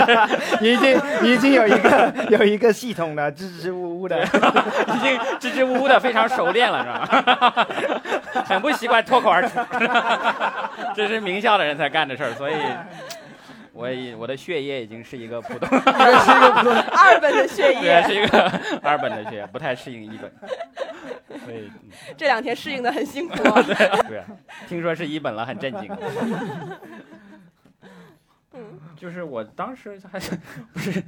Speaker 4: 已经已经有一个 <laughs> 有一个系统的支支吾吾的，
Speaker 2: <laughs> 已经支支吾吾的非常熟练了，是吧？ <laughs> 很不习惯脱口而出， <laughs> 这是名校的人才干的事儿，
Speaker 1: <laughs>
Speaker 2: 所以。我已我的血液已经是一个普通，
Speaker 1: 二本的血
Speaker 2: 对，
Speaker 1: 液
Speaker 2: 是一个二本的血液，不太适应一本，所以嗯
Speaker 1: 这两天适应的很辛苦。
Speaker 2: <laughs> 对，啊听说是一本了，很震惊。
Speaker 1: 嗯
Speaker 2: <laughs> 就是我当时还是不是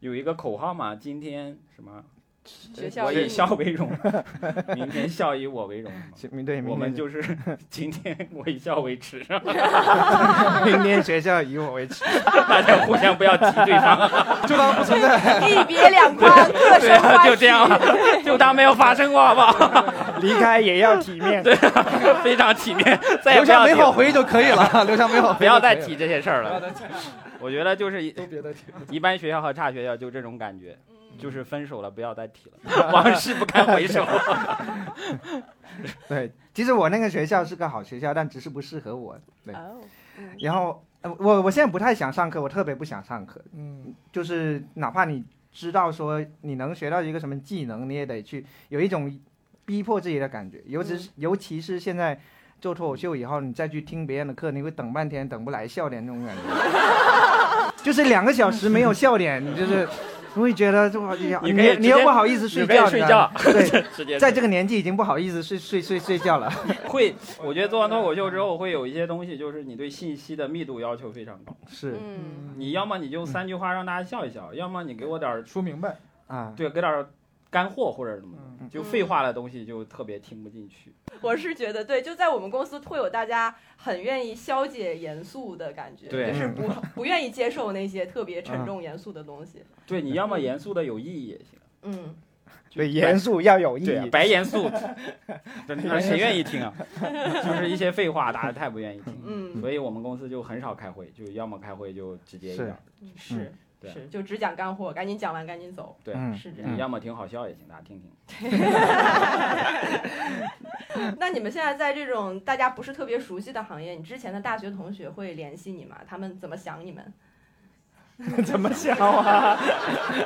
Speaker 2: 有一个口号嘛？今天什么？
Speaker 1: 学校
Speaker 2: 我
Speaker 1: 英
Speaker 2: 以
Speaker 1: 语
Speaker 2: 笑为荣，明天笑以我为荣。
Speaker 1: <laughs>
Speaker 2: 是吗
Speaker 4: 明对，
Speaker 2: 我
Speaker 4: 明
Speaker 2: 们
Speaker 4: 天
Speaker 2: 就是今天我以笑为耻， <laughs>
Speaker 4: 明天学校以我为耻，
Speaker 2: 大家互相不要提对方，
Speaker 3: 就当不存在。
Speaker 1: 一别两宽，各
Speaker 2: 对
Speaker 1: 生
Speaker 2: 啊，
Speaker 1: 欢
Speaker 2: 就
Speaker 1: 喜
Speaker 2: <laughs> 这。样吧，就当没有发生过，好不好？ <laughs>
Speaker 4: 离开也要体面。
Speaker 2: 非常体面，再也
Speaker 3: 留
Speaker 2: 不要
Speaker 3: 下美
Speaker 2: 提
Speaker 3: <laughs> 好回忆就可以了，留下美好回忆就可以了。
Speaker 2: 不要再提这些事儿
Speaker 3: 不要
Speaker 2: 了。
Speaker 3: 再提，
Speaker 2: <laughs> 我觉得就是一
Speaker 3: 都别再提了。
Speaker 2: 一般学校和差学校就这种感觉，就是分手了不要再提了，往事不堪回首。
Speaker 4: 对，其实我那个学校是个好学校，但只是不适合我。对，
Speaker 1: 哦，嗯
Speaker 4: 然后呃我我现在不太想上课，我特别不想上课，
Speaker 5: 嗯，
Speaker 4: 就是哪怕你知道说你能学到一个什么技能，你也得去有一种逼迫自己的感觉，尤
Speaker 2: 嗯
Speaker 4: 其是、尤其是现在。做脱口秀以后，你再去听别人的课，你会等半天等不来笑点那种感觉，
Speaker 2: <laughs>
Speaker 4: 就是两个小时没有笑点，你就是你会觉得这么
Speaker 2: 你
Speaker 4: 你
Speaker 2: 可以直
Speaker 4: 你又
Speaker 2: 接
Speaker 4: 不好意思睡
Speaker 2: 准备
Speaker 4: 觉，
Speaker 2: 睡
Speaker 4: 你知
Speaker 2: 觉
Speaker 4: 道吗，对，
Speaker 2: <laughs> 直接
Speaker 4: 在这个年纪已经不好意思睡睡睡睡觉了。
Speaker 2: 会，我觉得做完脱口秀之后会有一些东西，就是你对信息的密度要求非常高。
Speaker 4: 是
Speaker 1: 嗯，
Speaker 2: 你要么你就三句话让大家笑一笑，要么你给我点儿
Speaker 5: 说明白，
Speaker 4: 啊，
Speaker 2: 对给点儿干货或者什么的，
Speaker 5: 嗯，
Speaker 2: 就废话的东西就特别听不进去。
Speaker 1: 我是觉得对，就在我们公司会有大家很愿意消解严肃的感觉，
Speaker 2: 对
Speaker 1: 就是
Speaker 4: 嗯
Speaker 1: 不不愿意接受那些特别沉重严肃的东西。
Speaker 2: 对，你要么严肃的有意义也行。
Speaker 1: 嗯，
Speaker 4: 对，严肃要有意
Speaker 2: 对啊，
Speaker 4: 义。
Speaker 2: 白严肃， <laughs> 对那谁愿意 <laughs> 听啊？就是一些废话，大家太不愿意听。
Speaker 1: 嗯，
Speaker 2: 所以我们公司就很少开会，就要么开会就直接一
Speaker 4: 是
Speaker 2: 点儿，
Speaker 1: 是
Speaker 2: 对
Speaker 1: 是，就只讲干货，赶紧讲完赶紧走，
Speaker 2: 对，
Speaker 4: 嗯，
Speaker 1: 是这
Speaker 2: 你
Speaker 1: 样。
Speaker 2: 要么挺好笑也行，大家听听。嗯
Speaker 1: 那你们现在在这种大家不是特别熟悉的行业，你之前的大学同学会联系你吗？他们怎么想你们？
Speaker 4: 怎么笑啊？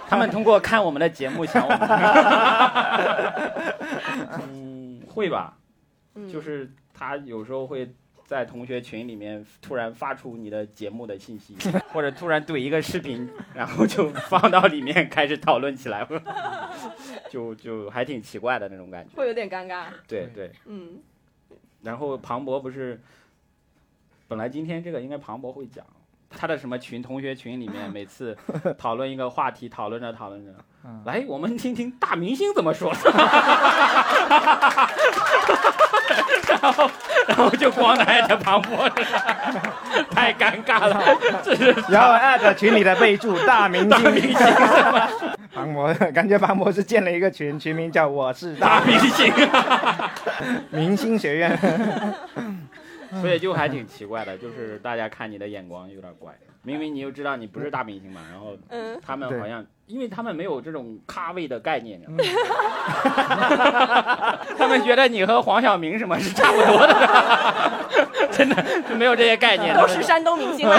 Speaker 2: 他们通过看我们的节目想我们。 <laughs> 嗯，会吧，
Speaker 1: 嗯，
Speaker 2: 就是他有时候会。在同学群里面突然发出你的节目的信息，或者突然怼一个视频，然后就放到里面开始讨论起来， <laughs> 就就还挺奇怪的那种感觉。
Speaker 1: 会有点尴尬。
Speaker 2: 对
Speaker 5: 对
Speaker 2: 对，
Speaker 1: 嗯，
Speaker 2: 然后庞博不是，本来今天这个应该庞博会讲，他的什么群同学群里 <laughs> 面，每次讨论一个话题，讨论着讨论着，来我们听听大明星怎么 <laughs> 说，然后然后就光挨着庞博，太尴尬了，这是
Speaker 4: 然后艾特群里的备注“大
Speaker 2: <laughs>
Speaker 4: 明
Speaker 2: 大明
Speaker 4: 星
Speaker 2: 星怎么
Speaker 4: 庞博”，感觉庞博是建了一个群，群名叫“我是大
Speaker 2: 大明星，
Speaker 4: 明星学院
Speaker 2: <laughs>
Speaker 4: <laughs>
Speaker 2: 所以就还挺奇怪的，就是大家看你的眼光有点怪，明明你又知道你不是大明星嘛，然后。
Speaker 1: 嗯，
Speaker 2: 他们
Speaker 4: 对嗯
Speaker 2: 好像，因为他们没有这种咖位的概念，你知道吗他们觉得你和黄晓明什么是差不多的， <laughs> 真的就没有这些概念，
Speaker 1: 都是山东明
Speaker 2: <laughs>
Speaker 1: 星啊。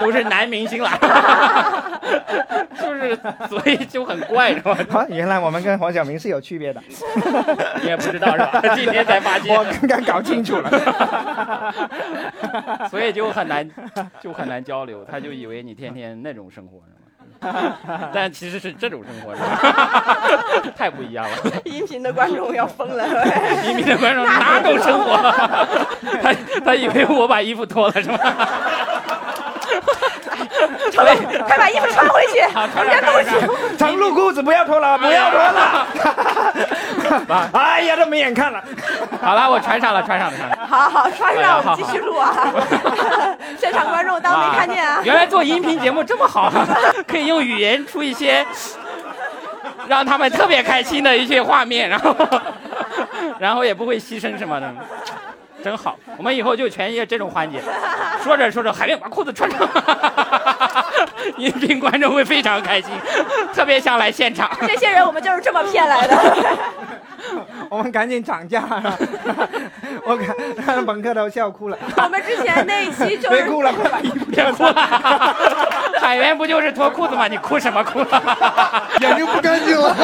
Speaker 2: 都是男明星啦， <laughs> 就是所以就很怪，是吧？”。
Speaker 4: 啊，原来我们跟黄晓明是有区别的，
Speaker 2: 你也不知道是吧？ <laughs> 今天才发
Speaker 4: 我
Speaker 2: 现，
Speaker 4: 刚刚搞清楚 <laughs> 了。
Speaker 2: 所以就很难就很难交流，他就以为你天天那种生活是吗？ <laughs> 但其实是这种生活是吧？ <laughs> 太不一样了。
Speaker 1: 音频的观众要疯了。
Speaker 2: <laughs> 移民的观众哪种生活？他他以为我把衣服脱了是吗？
Speaker 1: 成快 <laughs> 把衣服穿回去，
Speaker 2: 好，传
Speaker 1: 别
Speaker 2: 染
Speaker 1: 动
Speaker 2: 传
Speaker 1: 去。
Speaker 2: 染
Speaker 4: 长露裤子不要脱了，不要脱了。哎呀，都没眼看了。
Speaker 2: <laughs> 好了，我传上了，传上了，传上了。
Speaker 1: 好好穿
Speaker 2: 哎呀
Speaker 1: 上，我们继续录啊。现场观众当没看见啊
Speaker 2: 哇。原来做音频节目这么好，啊可以用语言出一些让他们特别开心的一些画面，然后然后也不会牺牲什么的，真好。我们以后就全业这种环节，说着说着还得把裤子穿上，音频观众会非常开心，特别想来现场。
Speaker 1: 这些人我们就是这么骗来的。
Speaker 4: 我们赶紧涨价了。我看 <laughs> 让朋克都笑哭了，
Speaker 1: 我们之前那一期就
Speaker 4: 别
Speaker 1: 是
Speaker 4: 哭 <laughs> 了，快把衣服
Speaker 2: 别哭了，
Speaker 4: <laughs>
Speaker 2: 海源不就是脱裤子吗？你哭什么哭？ <laughs>
Speaker 5: 眼睛不干净了。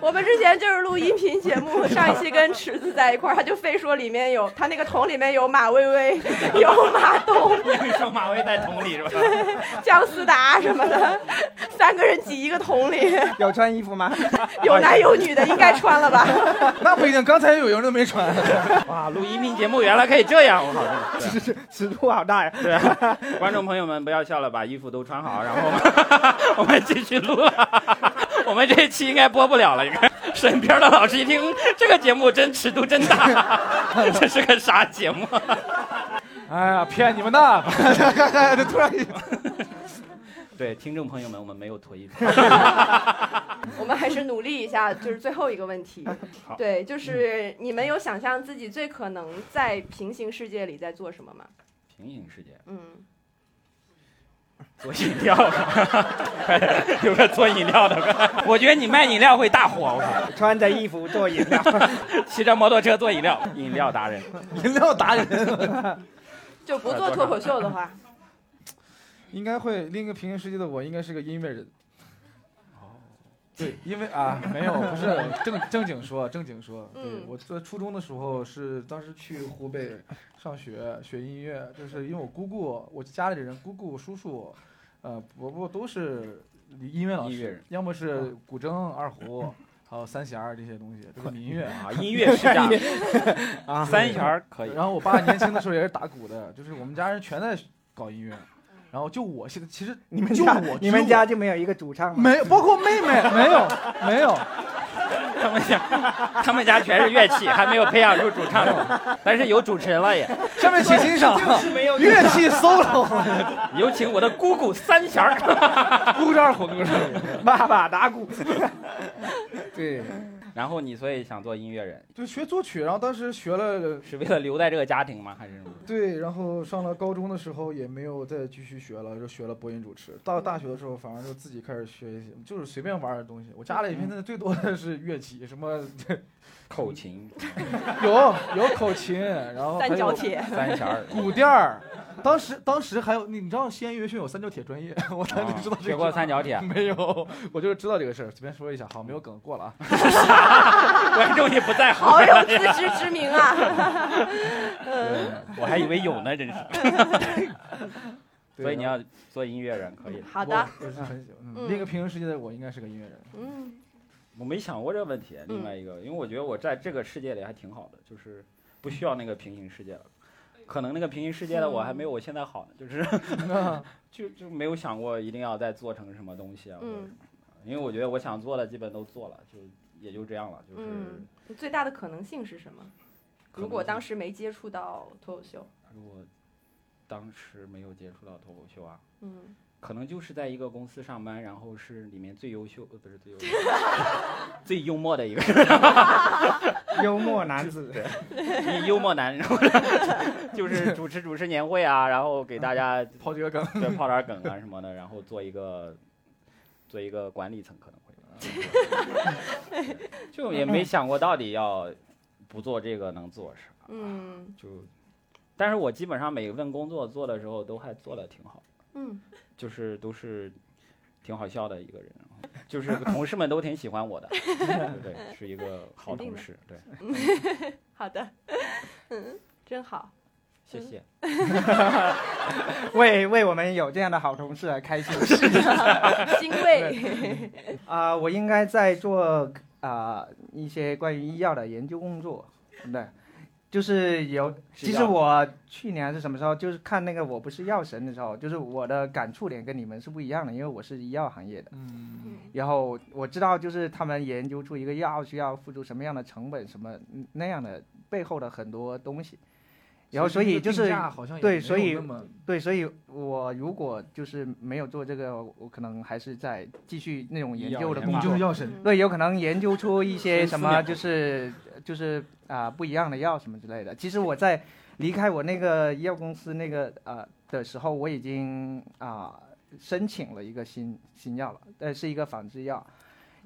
Speaker 1: 我们之前就是录音频节目，上一期跟池子在一块儿，他就非说里面有他那个桶里面有马薇薇， <laughs> 有马东、 <laughs>
Speaker 2: 你说马薇在桶里是吧？
Speaker 1: 姜思达什么的，三个人挤一个桶里，
Speaker 4: 有穿衣服吗？
Speaker 1: <laughs> 有男有女的，应该穿了吧？ <laughs>
Speaker 3: 那不一定，刚才有人都没穿。
Speaker 2: 哇，录音频节目原来可以这样，我靠！对啊
Speaker 4: 尺尺度好大呀。
Speaker 2: 对
Speaker 4: <laughs>
Speaker 2: 啊， <laughs> 观众朋友们不要笑了，把衣服都穿好，然后我们我们继续录了。我们这一期应该播不了了，应该。审片的老师一听这个节目真尺度真大，这是个啥节目？
Speaker 3: 哎呀，骗你们的！突然一
Speaker 2: 对，听众朋友们，我们没有脱衣服。
Speaker 1: 我们还是努力一下，就是最后一个问题。对，就是你们有想象自己最可能在平行世界里在做什么吗？
Speaker 2: 平行世界，
Speaker 1: 嗯，
Speaker 2: 做饮料， <laughs> 有个做饮料的，我觉得你卖饮料会大火。我靠，
Speaker 4: 穿着衣服做饮料，
Speaker 2: 骑着摩托车做饮料，饮料达人，
Speaker 5: 饮料达人。
Speaker 1: 就不做脱口秀的话，
Speaker 3: 应该会另一个平行世界的我，应该是个音乐人。 <laughs> 对，因为啊，没有，不是正正经说，正经说，对
Speaker 1: 嗯
Speaker 3: 我在初中的时候是当时去湖北上学学音乐，就是因为我姑姑，我家里人姑姑、叔叔，呃，伯伯都是音乐老
Speaker 2: 音乐
Speaker 3: 师
Speaker 2: 人，
Speaker 3: 要么是古筝、二胡，还有三弦儿这些东西，这个民乐 <laughs>
Speaker 2: 啊音乐世家
Speaker 3: 啊，
Speaker 2: 三弦儿可以
Speaker 3: 然后我爸年轻的时候也是打鼓的，就是我们家人全在搞音乐。然后就我现在，其实
Speaker 4: 你们
Speaker 3: 就
Speaker 4: 家
Speaker 3: 我，
Speaker 4: 你们
Speaker 3: 只有我
Speaker 4: 家就没有一个主唱吗？
Speaker 3: 没有，包括妹妹没有没有，
Speaker 2: 他们家他们家全是乐器，还没有培养出主唱，但是有主持人了也。
Speaker 5: 下面请欣赏
Speaker 4: 就是没有
Speaker 5: 乐器 solo，
Speaker 2: 有请我的姑姑三弦儿，
Speaker 3: 姑丈虎姑丈。
Speaker 4: 爸爸打鼓，
Speaker 3: 对，
Speaker 2: <laughs> 然后你所以想做音乐人，
Speaker 3: 就学作曲，然后当时学了，
Speaker 2: 是为了留在这个家庭吗？还是什么？
Speaker 3: 对，然后上了高中的时候也没有再继续学了，就学了播音主持。到大学的时候，反而就自己开始学一些，就是随便玩儿的东西。我家里现在最多的是乐器，什么
Speaker 2: 口琴、
Speaker 3: 有有口琴，然后还
Speaker 1: 三角
Speaker 3: 有
Speaker 1: 铁。
Speaker 2: 三弦儿，
Speaker 3: 鼓垫儿。当时当时还有你，你知道西安音乐学院有三角铁专业，我当时知道这个。，
Speaker 2: 学过三角哦铁
Speaker 3: 没有，我就是知道这个事儿，随便说一下。好，没有梗，过了啊。
Speaker 2: 观众也不
Speaker 1: <laughs>
Speaker 2: 在行
Speaker 1: <laughs> 好，有自知之明啊！
Speaker 2: 我还以为有呢，真是。
Speaker 3: 对
Speaker 2: 所以你要做音乐人可以的。
Speaker 1: 好的，，
Speaker 3: 我我是很喜欢。嗯
Speaker 1: 嗯
Speaker 3: 另一个平行世界的我应该是个音乐人。
Speaker 1: 嗯，
Speaker 2: 我没想过这个问题。另外一个，因为我觉得我在这个世界里还挺好的，就是不需要那个平行世界了。可能那个平行世界的我还没有我现在好呢，就是就就没有想过一定要再做成什么东西啊，或者
Speaker 1: 嗯
Speaker 2: 什么的因为我觉得我想做的基本都做了，就也就这样了，就是
Speaker 1: 嗯你最大的可能性是什么？
Speaker 2: 可能性
Speaker 1: 如果当时没接触到脱口秀，
Speaker 2: 如果当时没有接触到脱口秀啊，
Speaker 1: 嗯，
Speaker 2: 可能就是在一个公司上班，然后是里面最优秀，呃，不是最优秀， <laughs> 最幽默的一个人，
Speaker 4: 幽默男子，
Speaker 2: 一幽默男，然后 <laughs> 就是主持主持年会啊，然后给大家
Speaker 3: 抛这个 <laughs> 梗，
Speaker 2: 对泡点儿梗啊什么的，然后做一个做一个管理层可能会， <laughs> 就也没想过到底要不做这个能做啥，
Speaker 1: 嗯
Speaker 2: 就，但是我基本上每份工作做的时候都还做的挺好。
Speaker 1: 嗯，
Speaker 2: 就是都是挺好笑的一个人， <laughs> 就是同事们都挺喜欢我的，对对，是一个好同事，对，
Speaker 1: 好的，嗯，真好。
Speaker 2: 谢谢。
Speaker 4: 为为我们有这样的好同事而开心。
Speaker 1: 欣慰。
Speaker 4: 啊、我应该在做啊、一些关于医药的研究工作，对，就是有。
Speaker 2: 是
Speaker 4: 其
Speaker 2: 药
Speaker 4: 实我去年还是什么时候，就是看那个《我不是药神》的时候，就是我的感触点跟你们是不一样的，因为我是医药行业的。
Speaker 3: 嗯，
Speaker 4: 然后我知道，就是他们研究出一个药需要付出什么样的成本，什么那样的背后的很多东西。 <laughs> 然后所以就是
Speaker 3: 这个定价好像也
Speaker 4: 对
Speaker 3: 没有
Speaker 4: 所以
Speaker 3: 那么
Speaker 4: 对，所以我如果就是没有做这个，我可能还是在继续那种研
Speaker 2: 医药
Speaker 4: 究的
Speaker 2: 研
Speaker 4: 工
Speaker 2: 发
Speaker 3: 你
Speaker 4: 作
Speaker 3: 就是。药神，
Speaker 1: 嗯
Speaker 4: 对，有可能研究出一些什么，
Speaker 2: 孙思邈
Speaker 4: 就是就是啊、不一样的药什么之类的。其实我在离开我那个医药公司那个呃的时候，我已经啊、申请了一个新新药了，呃是一个仿制药，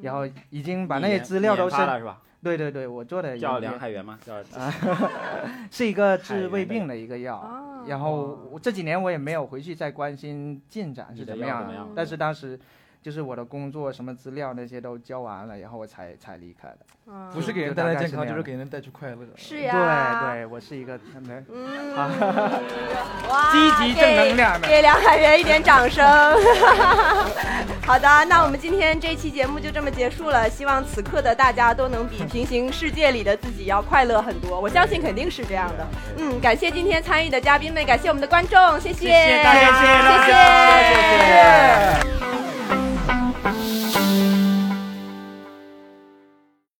Speaker 4: 然
Speaker 1: 嗯
Speaker 4: 后已经把那些
Speaker 2: 你
Speaker 4: 资料
Speaker 2: 你
Speaker 4: 都
Speaker 2: 研
Speaker 4: 是
Speaker 2: 发了是吧？
Speaker 4: 对对对，我啊做的
Speaker 2: 叫
Speaker 4: 有
Speaker 2: 梁
Speaker 4: 点
Speaker 2: 海源吗？叫
Speaker 4: 是一个
Speaker 2: 海
Speaker 4: 治
Speaker 2: 源
Speaker 4: 胃
Speaker 2: 的
Speaker 4: 病的一个药。
Speaker 1: 啊
Speaker 4: 然后我这几年我也没有回去再关心进展
Speaker 2: 你
Speaker 4: 是
Speaker 2: 的
Speaker 4: 怎么
Speaker 2: 药
Speaker 4: 样
Speaker 2: 怎
Speaker 4: 的
Speaker 2: 么样
Speaker 4: 但是当时就是我的工作什么资料那些都交完了，然后我才才离开的。
Speaker 1: 啊
Speaker 3: 不是给人带来健康，就是给人带去快乐。
Speaker 1: 是呀，
Speaker 4: 对对，我是一个没
Speaker 1: 嗯，
Speaker 4: 啊
Speaker 1: 哇，
Speaker 4: 积极正能量的
Speaker 1: 给给梁海源一点掌声。 <laughs> 好的，那我们今天这期节目就这么结束了。希望此刻的大家都能比平行世界里的自己要快乐很多，我相信肯定是这样的。嗯，感谢今天参与的嘉宾们，感谢我们的观众，谢谢，谢谢
Speaker 2: 大家
Speaker 1: 谢
Speaker 2: 谢谢大家
Speaker 1: 谢谢。